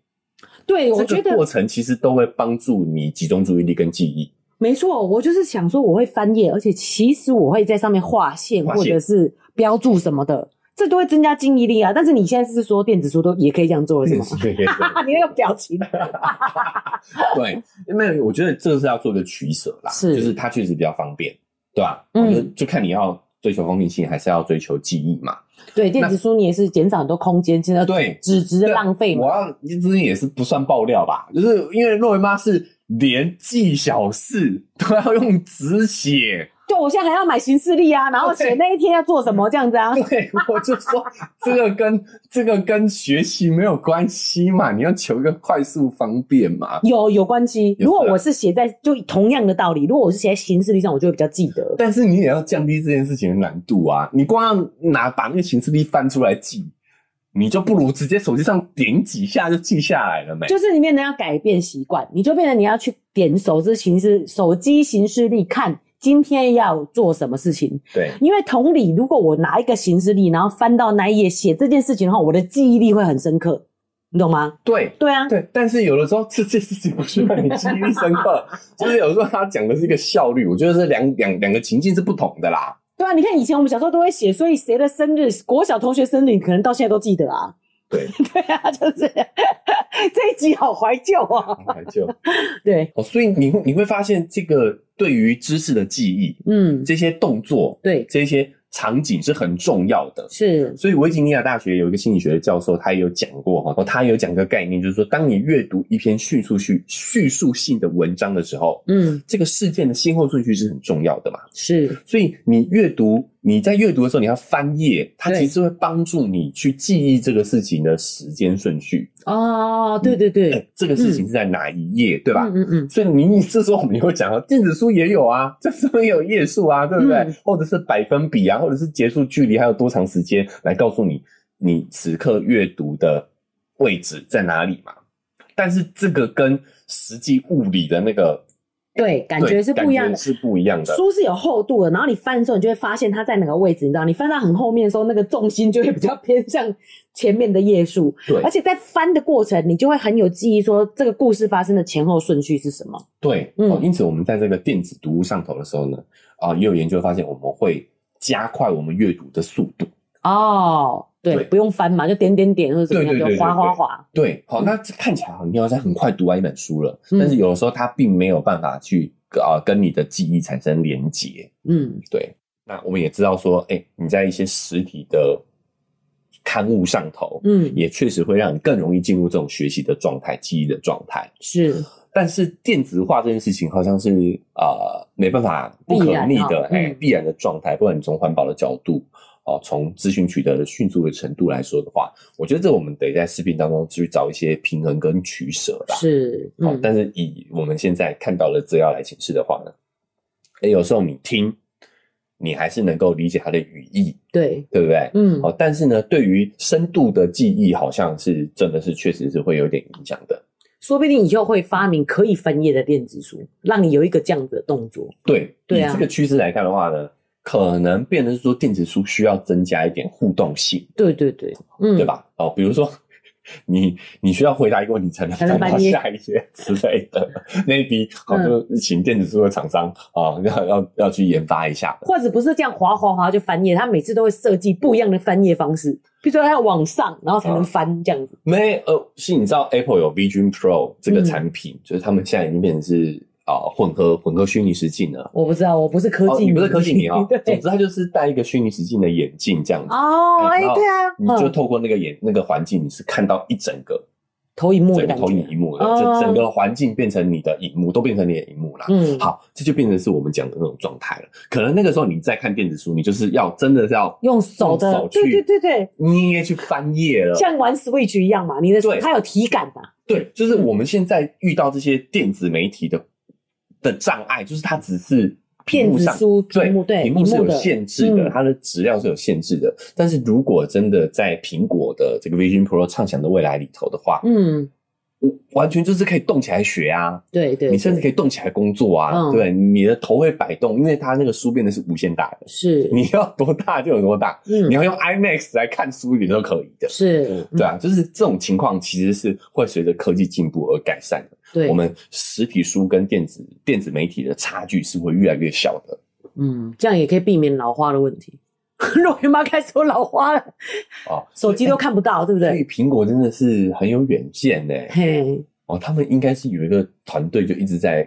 B: 对，我
C: 这
B: 觉
C: 个
B: 得
C: 过程其实都会帮助你集中注意力跟记忆。
B: 没错，我就是想说我会翻页，而且其实我会在上面划线
C: 划
B: 或
C: 线
B: 者是标注什么的，这都会增加记忆力啊。但是你现在是说电子书都也可以这样做了，是吗？
C: 对对对
B: 你那个表情，
C: 对，因为我觉得这是要做一个取舍啦，
B: 是
C: 就是它确实比较方便，对吧？
B: 嗯
C: 我觉得就看你要追求方便性，还是要追求记忆嘛。
B: 对，电子书你也是减少很多空间，现在
C: 对啊
B: 纸质的浪费
C: 我
B: 嘛。
C: 要之前也是不算爆料吧，就是因为若维妈是连记小事都要用纸写，
B: 对，我现在还要买行事历啊，然后写
C: OK 嗯
B: 那一天要做什么这样子啊。
C: 对，我就说这个跟这个跟学习没有关系嘛，你要求一个快速方便嘛。
B: 有有关系，
C: 有
B: 如果
C: 对啊
B: 我是写在就同样的道理，如果我是写在行事历上，我就会比较记得。
C: 但是你也要降低这件事情的难度啊！你光要拿把那个行事历翻出来记，你就不如直接手机上点几下就记下来了没？
B: 就是你变得要改变习惯，你就变得你要去点手机形式、手机形式力看今天要做什么事情。
C: 对
B: 因为同理，如果我拿一个形式力，然后翻到那一页写这件事情的话，我的记忆力会很深刻，你懂吗？
C: 对
B: 对啊，
C: 对，但是有的时候这件事情不需要你记忆力深刻，就是有时候他讲的是一个效率，我觉得这两两两个情境是不同的啦。
B: 对啊！你看以前我们小时候都会写，所以谁的生日，国小同学生日，你可能到现在都记得啊。
C: 对，
B: 对啊，就是这一集好怀旧啊。
C: 就
B: 对，
C: 哦，所以你会你会发现，这个对于知识的记忆，
B: 嗯，
C: 这些动作，
B: 对，
C: 这些场景是很重要的。
B: 是，
C: 所以维吉尼亚大学有一个心理学的教授，他也有讲过哈，哦他也有讲个概念，就是说，当你阅读一篇叙述叙叙述性的文章的时候，
B: 嗯，
C: 这个事件的先后顺序是很重要的嘛。
B: 是，
C: 所以你阅读你在阅读的时候，你要翻页，它
B: 对
C: 其实会帮助你去记忆这个事情的时间顺序。
B: 哦，对对对，
C: 哎这个事情是在哪一页，对吧？
B: 嗯嗯嗯，
C: 所以你这时候我们就会讲到，电子书也有啊， 这上面也有页数啊，对不对？
B: 嗯
C: 或者是百分比啊，或者是结束距离还有多长时间，来告诉你你此刻阅读的位置在哪里嘛。但是这个跟实际物理的那个
B: 对，感
C: 对
B: 觉是不一样
C: 感
B: 的
C: 觉。是不一样的。
B: 书是有厚度的，然后你翻的时候，你就会发现它在哪个位置，你知道？你翻到很后面的时候，那个重心就会比较偏向前面的页数，
C: 对
B: 而且在翻的过程，你就会很有记忆，说这个故事发生的前后顺序是什么。
C: 对，
B: 嗯
C: 哦，因此我们在这个电子读物上头的时候呢，啊、也有研究发现我们会加快我们阅读的速度。
B: 哦，对，
C: 对
B: 不用翻嘛，就点点点或者怎么样，
C: 对对对
B: 就划
C: 对对
B: 划划。
C: 对，好，那这看起来好像你好像很快读完一本书了，
B: 嗯
C: 但是有的时候它并没有办法去啊、跟你的记忆产生连结。
B: 嗯，
C: 对，那我们也知道说，哎、你在一些实体的刊物上头，
B: 嗯
C: 也确实会让你更容易进入这种学习的状态、记忆的状态。
B: 是，
C: 但是电子化这件事情好像是呃没办法不可逆的，
B: 必然啊
C: 哎、
B: 嗯
C: 必然的状态。不管你从环保的角度，哦、从资讯取得的迅速的程度来说的话，我觉得这我们得在视频当中去找一些平衡跟取舍啦。
B: 是，
C: 哦，
B: 嗯，
C: 但是以我们现在看到的资料来解释的话呢，哎、有时候你听，你还是能够理解它的语义，
B: 对，
C: 对不对？
B: 嗯，
C: 哦，但是呢，对于深度的记忆，好像是真的是确实是会有点影响的。
B: 说不定以后会发明可以翻页的电子书，让你有一个这样子的动作。
C: 对，
B: 对啊
C: 以这个趋势来看的话呢，可能变成是说电子书需要增加一点互动性，
B: 对对对，嗯，
C: 对？吧？哦，比如说 你你需要回答一个问题才能
B: 才能
C: 翻
B: 翻嗯
C: 到
B: 页
C: 下一 页之类的，maybe 好就请电子书的厂商啊、哦要要要去研发一下的。
B: 或者不是这样滑滑滑就翻页，他每次都会设计不一样的翻页方式，比如说他要往上，然后才
C: 啊
B: 能翻这样子。
C: 没呃，是你知道 Apple 有 Vision Pro 这个产
B: 嗯
C: 品，就是他们现在已经变成是啊、混合混合虚拟实境了。
B: 我不知道，我不是科
C: 哦，
B: 技
C: 你
B: 迷，
C: 不是科技迷 哦
B: 对，
C: 总之它就是戴一个虚拟实境的眼镜这样子。
B: 哦，哎，
C: 然后
B: 对啊，
C: 你就
B: 嗯，
C: 透过那个眼那个环境，你是看到一整个
B: 投影幕的
C: 整
B: 感
C: 个投影
B: 觉，
C: 荧幕的，
B: 哦
C: 就整个环境变成你的荧幕，都变成你的荧幕啦。
B: 嗯
C: 好，这就变成是我们讲的那种状态了。可能那个时候你在看电子书，你就是要真的是要
B: 用手
C: 用
B: 的
C: 手，去
B: 对对对对，
C: 捏去翻页了。
B: 像玩 Switch 一样嘛，你的
C: 对
B: 它有体感嘛，
C: 对，就是
B: 嗯
C: 我们现在遇到这些电子媒体的的障碍，就是它只是屏
B: 电
C: 幕
B: 子
C: 上
B: 书屏幕对
C: 屏幕是有
B: 的
C: 限制的，
B: 嗯
C: 它的质量是有限制的。但是如果真的在苹果的这个 Vision Pro 畅想的未来里头的话，
B: 嗯，
C: 我完全就是可以动起来学啊，
B: 对对，
C: 你甚至可
B: 以
C: 以动起来工作啊，
B: 嗯
C: 对不对，你的头会摆动，因为它那个书变得是无限大的，
B: 是，
C: 你要多大就有多大，你
B: 嗯
C: 要用 IMAX 来看书也都可以的，
B: 是，嗯
C: 对啊，就是这种情况其实是会随着科技进步而改善的。
B: 对，
C: 我们实体书跟电子电子媒体的差距是会越来越小的。
B: 嗯，这样也可以避免老花的问题。 肉圆妈开始有老花了，
C: 哦，
B: 手机都看不到，对不
C: 所
B: 对？
C: 以苹果真的是很有远见呢。
B: 嘿，
C: 哦，他们应该是有一个团队就一直在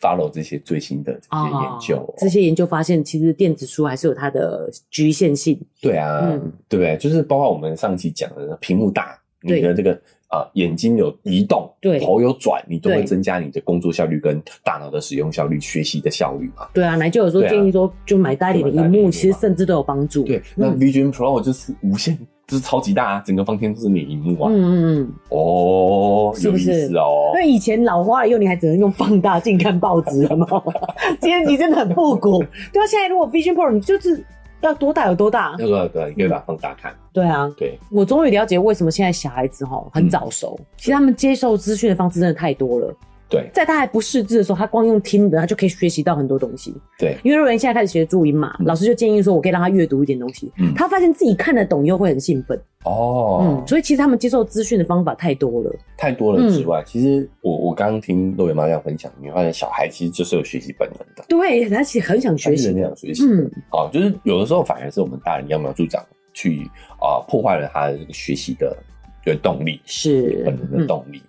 C: follow 这些最新的这些
B: 哦
C: 研究哦、
B: 这些研究发现，其实电子书还是有它的局限性。
C: 对啊，
B: 嗯
C: 对不对？就是包括我们上期讲的屏幕大，
B: 对
C: 你的这个呃眼睛有移动，
B: 对
C: 头有转，你都会
B: 对
C: 增加你的工作效率跟大脑的使用效率、学习的效率嘛。
B: 对啊，奶就有说
C: 对啊
B: 建议说，就买大一点的
C: 就买大
B: 荧
C: 一点的荧幕
B: 幕，
C: 嘛
B: 其实甚至都有帮助。
C: 对，那
B: 嗯
C: Vision Pro 就是无限，就是超级大、啊，整个房间都是你的荧幕啊。
B: 嗯嗯嗯，
C: 哦，
B: 是
C: 有
B: 不
C: 意
B: 是啊
C: 思哦
B: 因。为以前老花了用，你还只能用放大镜看报纸， 有没有？今天你真的很复古。对啊，现在如果 Vision Pro，你就是要多大有多大。
C: 那个对，你可以把它放大看。
B: 对啊，
C: 对，
B: 我终于了解为什么现在小孩子哈很早熟，
C: 嗯
B: 其实他们接受资讯的方式真的太多了。
C: 对，
B: 在他还不识字的时候，他光用听的，他就可以学习到很多东西。
C: 对，
B: 因为瑞文现在开始学注音嘛，
C: 嗯
B: 老师就建议说，我可以让他阅读一点东西。
C: 嗯
B: 他发现自己看得懂，又会很兴奋。
C: 哦
B: 嗯，，所以其实他们接受资讯的方法太多了。
C: 太多了之外，其实我我刚刚听肉圆妈这样分享，你会发现小孩其实就是有学习本能的，
B: 对，他其实很想学
C: 他
B: 习
C: 是很。想学习。
B: 嗯，
C: 哦，就是有的时候反而是我们大人揠苗助长，去啊、破坏了他的这个学习的这个动力，
B: 是嗯
C: 本能的动力。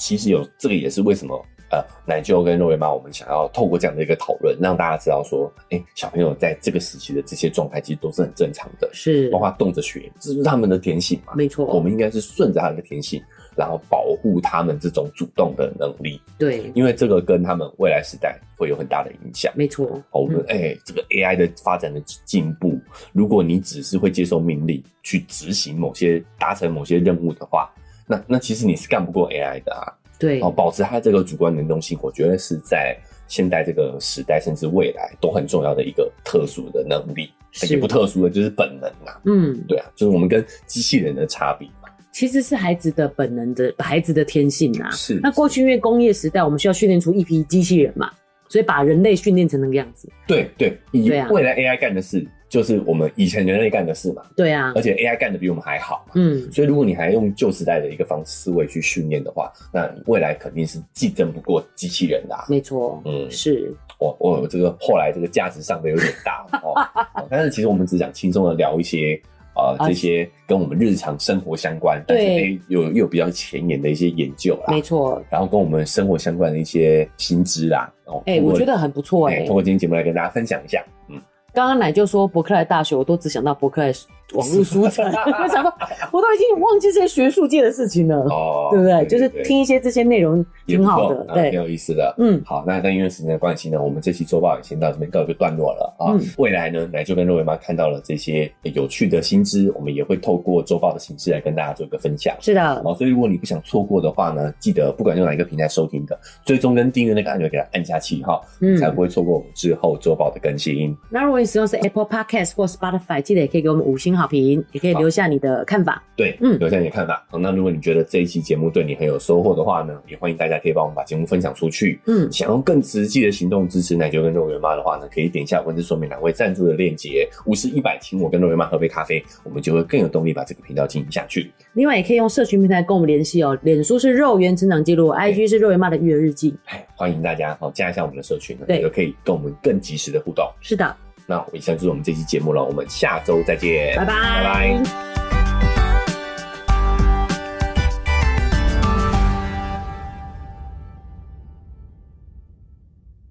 C: 其实有这个也是为什么呃，奶舅跟肉圆妈我们想要透过这样的一个讨论，让大家知道说，哎、小朋友在这个时期的这些状态其实都是很正常的，
B: 是
C: 包，括动着学，这就是他们的天性嘛。
B: 没错。
C: 我们应该是顺着他们的天性，然后保护他们这种主动的能力，
B: 对，
C: 因为这个跟他们未来时代会有很大的影响。
B: 没错。
C: 哦，我们
B: 嗯
C: 哎、这个 AI 的发展的进步，如果你只是会接受命令去执行某些达成某些任务的话，那那其实你是干不过 AI 的啊。
B: 对
C: 哦，保持它这个主观能动性，我觉得是在现代这个时代，甚至未来都很重要的一个特殊的能力，
B: 是
C: 也不特殊的，就是本能啊。
B: 嗯，
C: 对啊，就是我们跟机器人的差别嘛。
B: 其实是孩子的本能的孩子的天性啊。
C: 是
B: 那过去因为工业时代，我们需要训练出一批机器人嘛，所以把人类训练成那个样子。
C: 对对，以
B: 对啊
C: 未来 AI 干的事，就是我们以前人类干的事嘛，
B: 对啊
C: 而，且 AI 干的比我们还好嘛。
B: 嗯，
C: 所以，如果你还用旧时代的一个方式思维去训练的话，那你未来肯定是竞争不过机器人的、啊。
B: 没错，
C: 嗯
B: 是，
C: 我我这个后来这个价值上的有点大 哦哦，但是其实我们只想轻松的聊一些呃
B: 啊
C: 这些跟我们日常生活相关，但是
B: 对
C: 诶有又有比较前沿的一些研究啦
B: 没，错。
C: 然后跟我们生活相关的一些新知啦。哦，
B: 哎、
C: 通过
B: 我觉得很不错哎、
C: 哎，通过今天节目来跟大家分享一下。嗯，
B: 刚刚奶就说伯克莱大学，我都只想到伯克莱网络书城， 我想到我都已经忘记这些学术界的事情了，
C: 哦，
B: 对不对？就是听一些这些内容
C: 也
B: 挺
C: 不
B: 好
C: 错
B: 的，
C: 啊
B: 对
C: 挺，有意思的。
B: 嗯，
C: 好，那但因为时间的关系呢，我们这期周报也先到这边告一个段落了啊。
B: 嗯
C: 未来呢，奶就跟肉尾妈看到了这些有趣的新知，我们也会透过周报的形式来跟大家做一个分享。
B: 是的，
C: 好，所以如果你不想错过的话呢，记得不管用哪一个平台收听的，追踪跟订阅那个按钮给它按下去哈，
B: 嗯
C: 才不会错过我们之后周报的更新。
B: 那如果你使用是 Apple Podcast 或 Spotify，记得也可以给我们五星好评，也可以留下你的看法。
C: 对，
B: 嗯
C: 留下你的看法。好那如果你觉得这一期节目对你很有收获的话呢，也欢迎大家可以帮我们把节目分享出去。
B: 嗯，
C: 想用更实际的行动支持奶舅跟肉圆妈的话呢，可以点一下文字说明栏位赞助的链接，五十一百，请我跟肉圆妈喝杯咖啡，我们就会更有动力把这个频道经营下去。
B: 另外也可以用社群平台跟我们联系哦，脸书是肉圆成长记录，IG 是肉圆妈的育儿日记。
C: 哎，欢迎大家好加一下我们的社群，
B: 对
C: 就可以跟我们更及时的互动。
B: 是的，
C: 那以上就是我们这期节目了，我们下周再见，
B: 拜拜
C: 拜拜。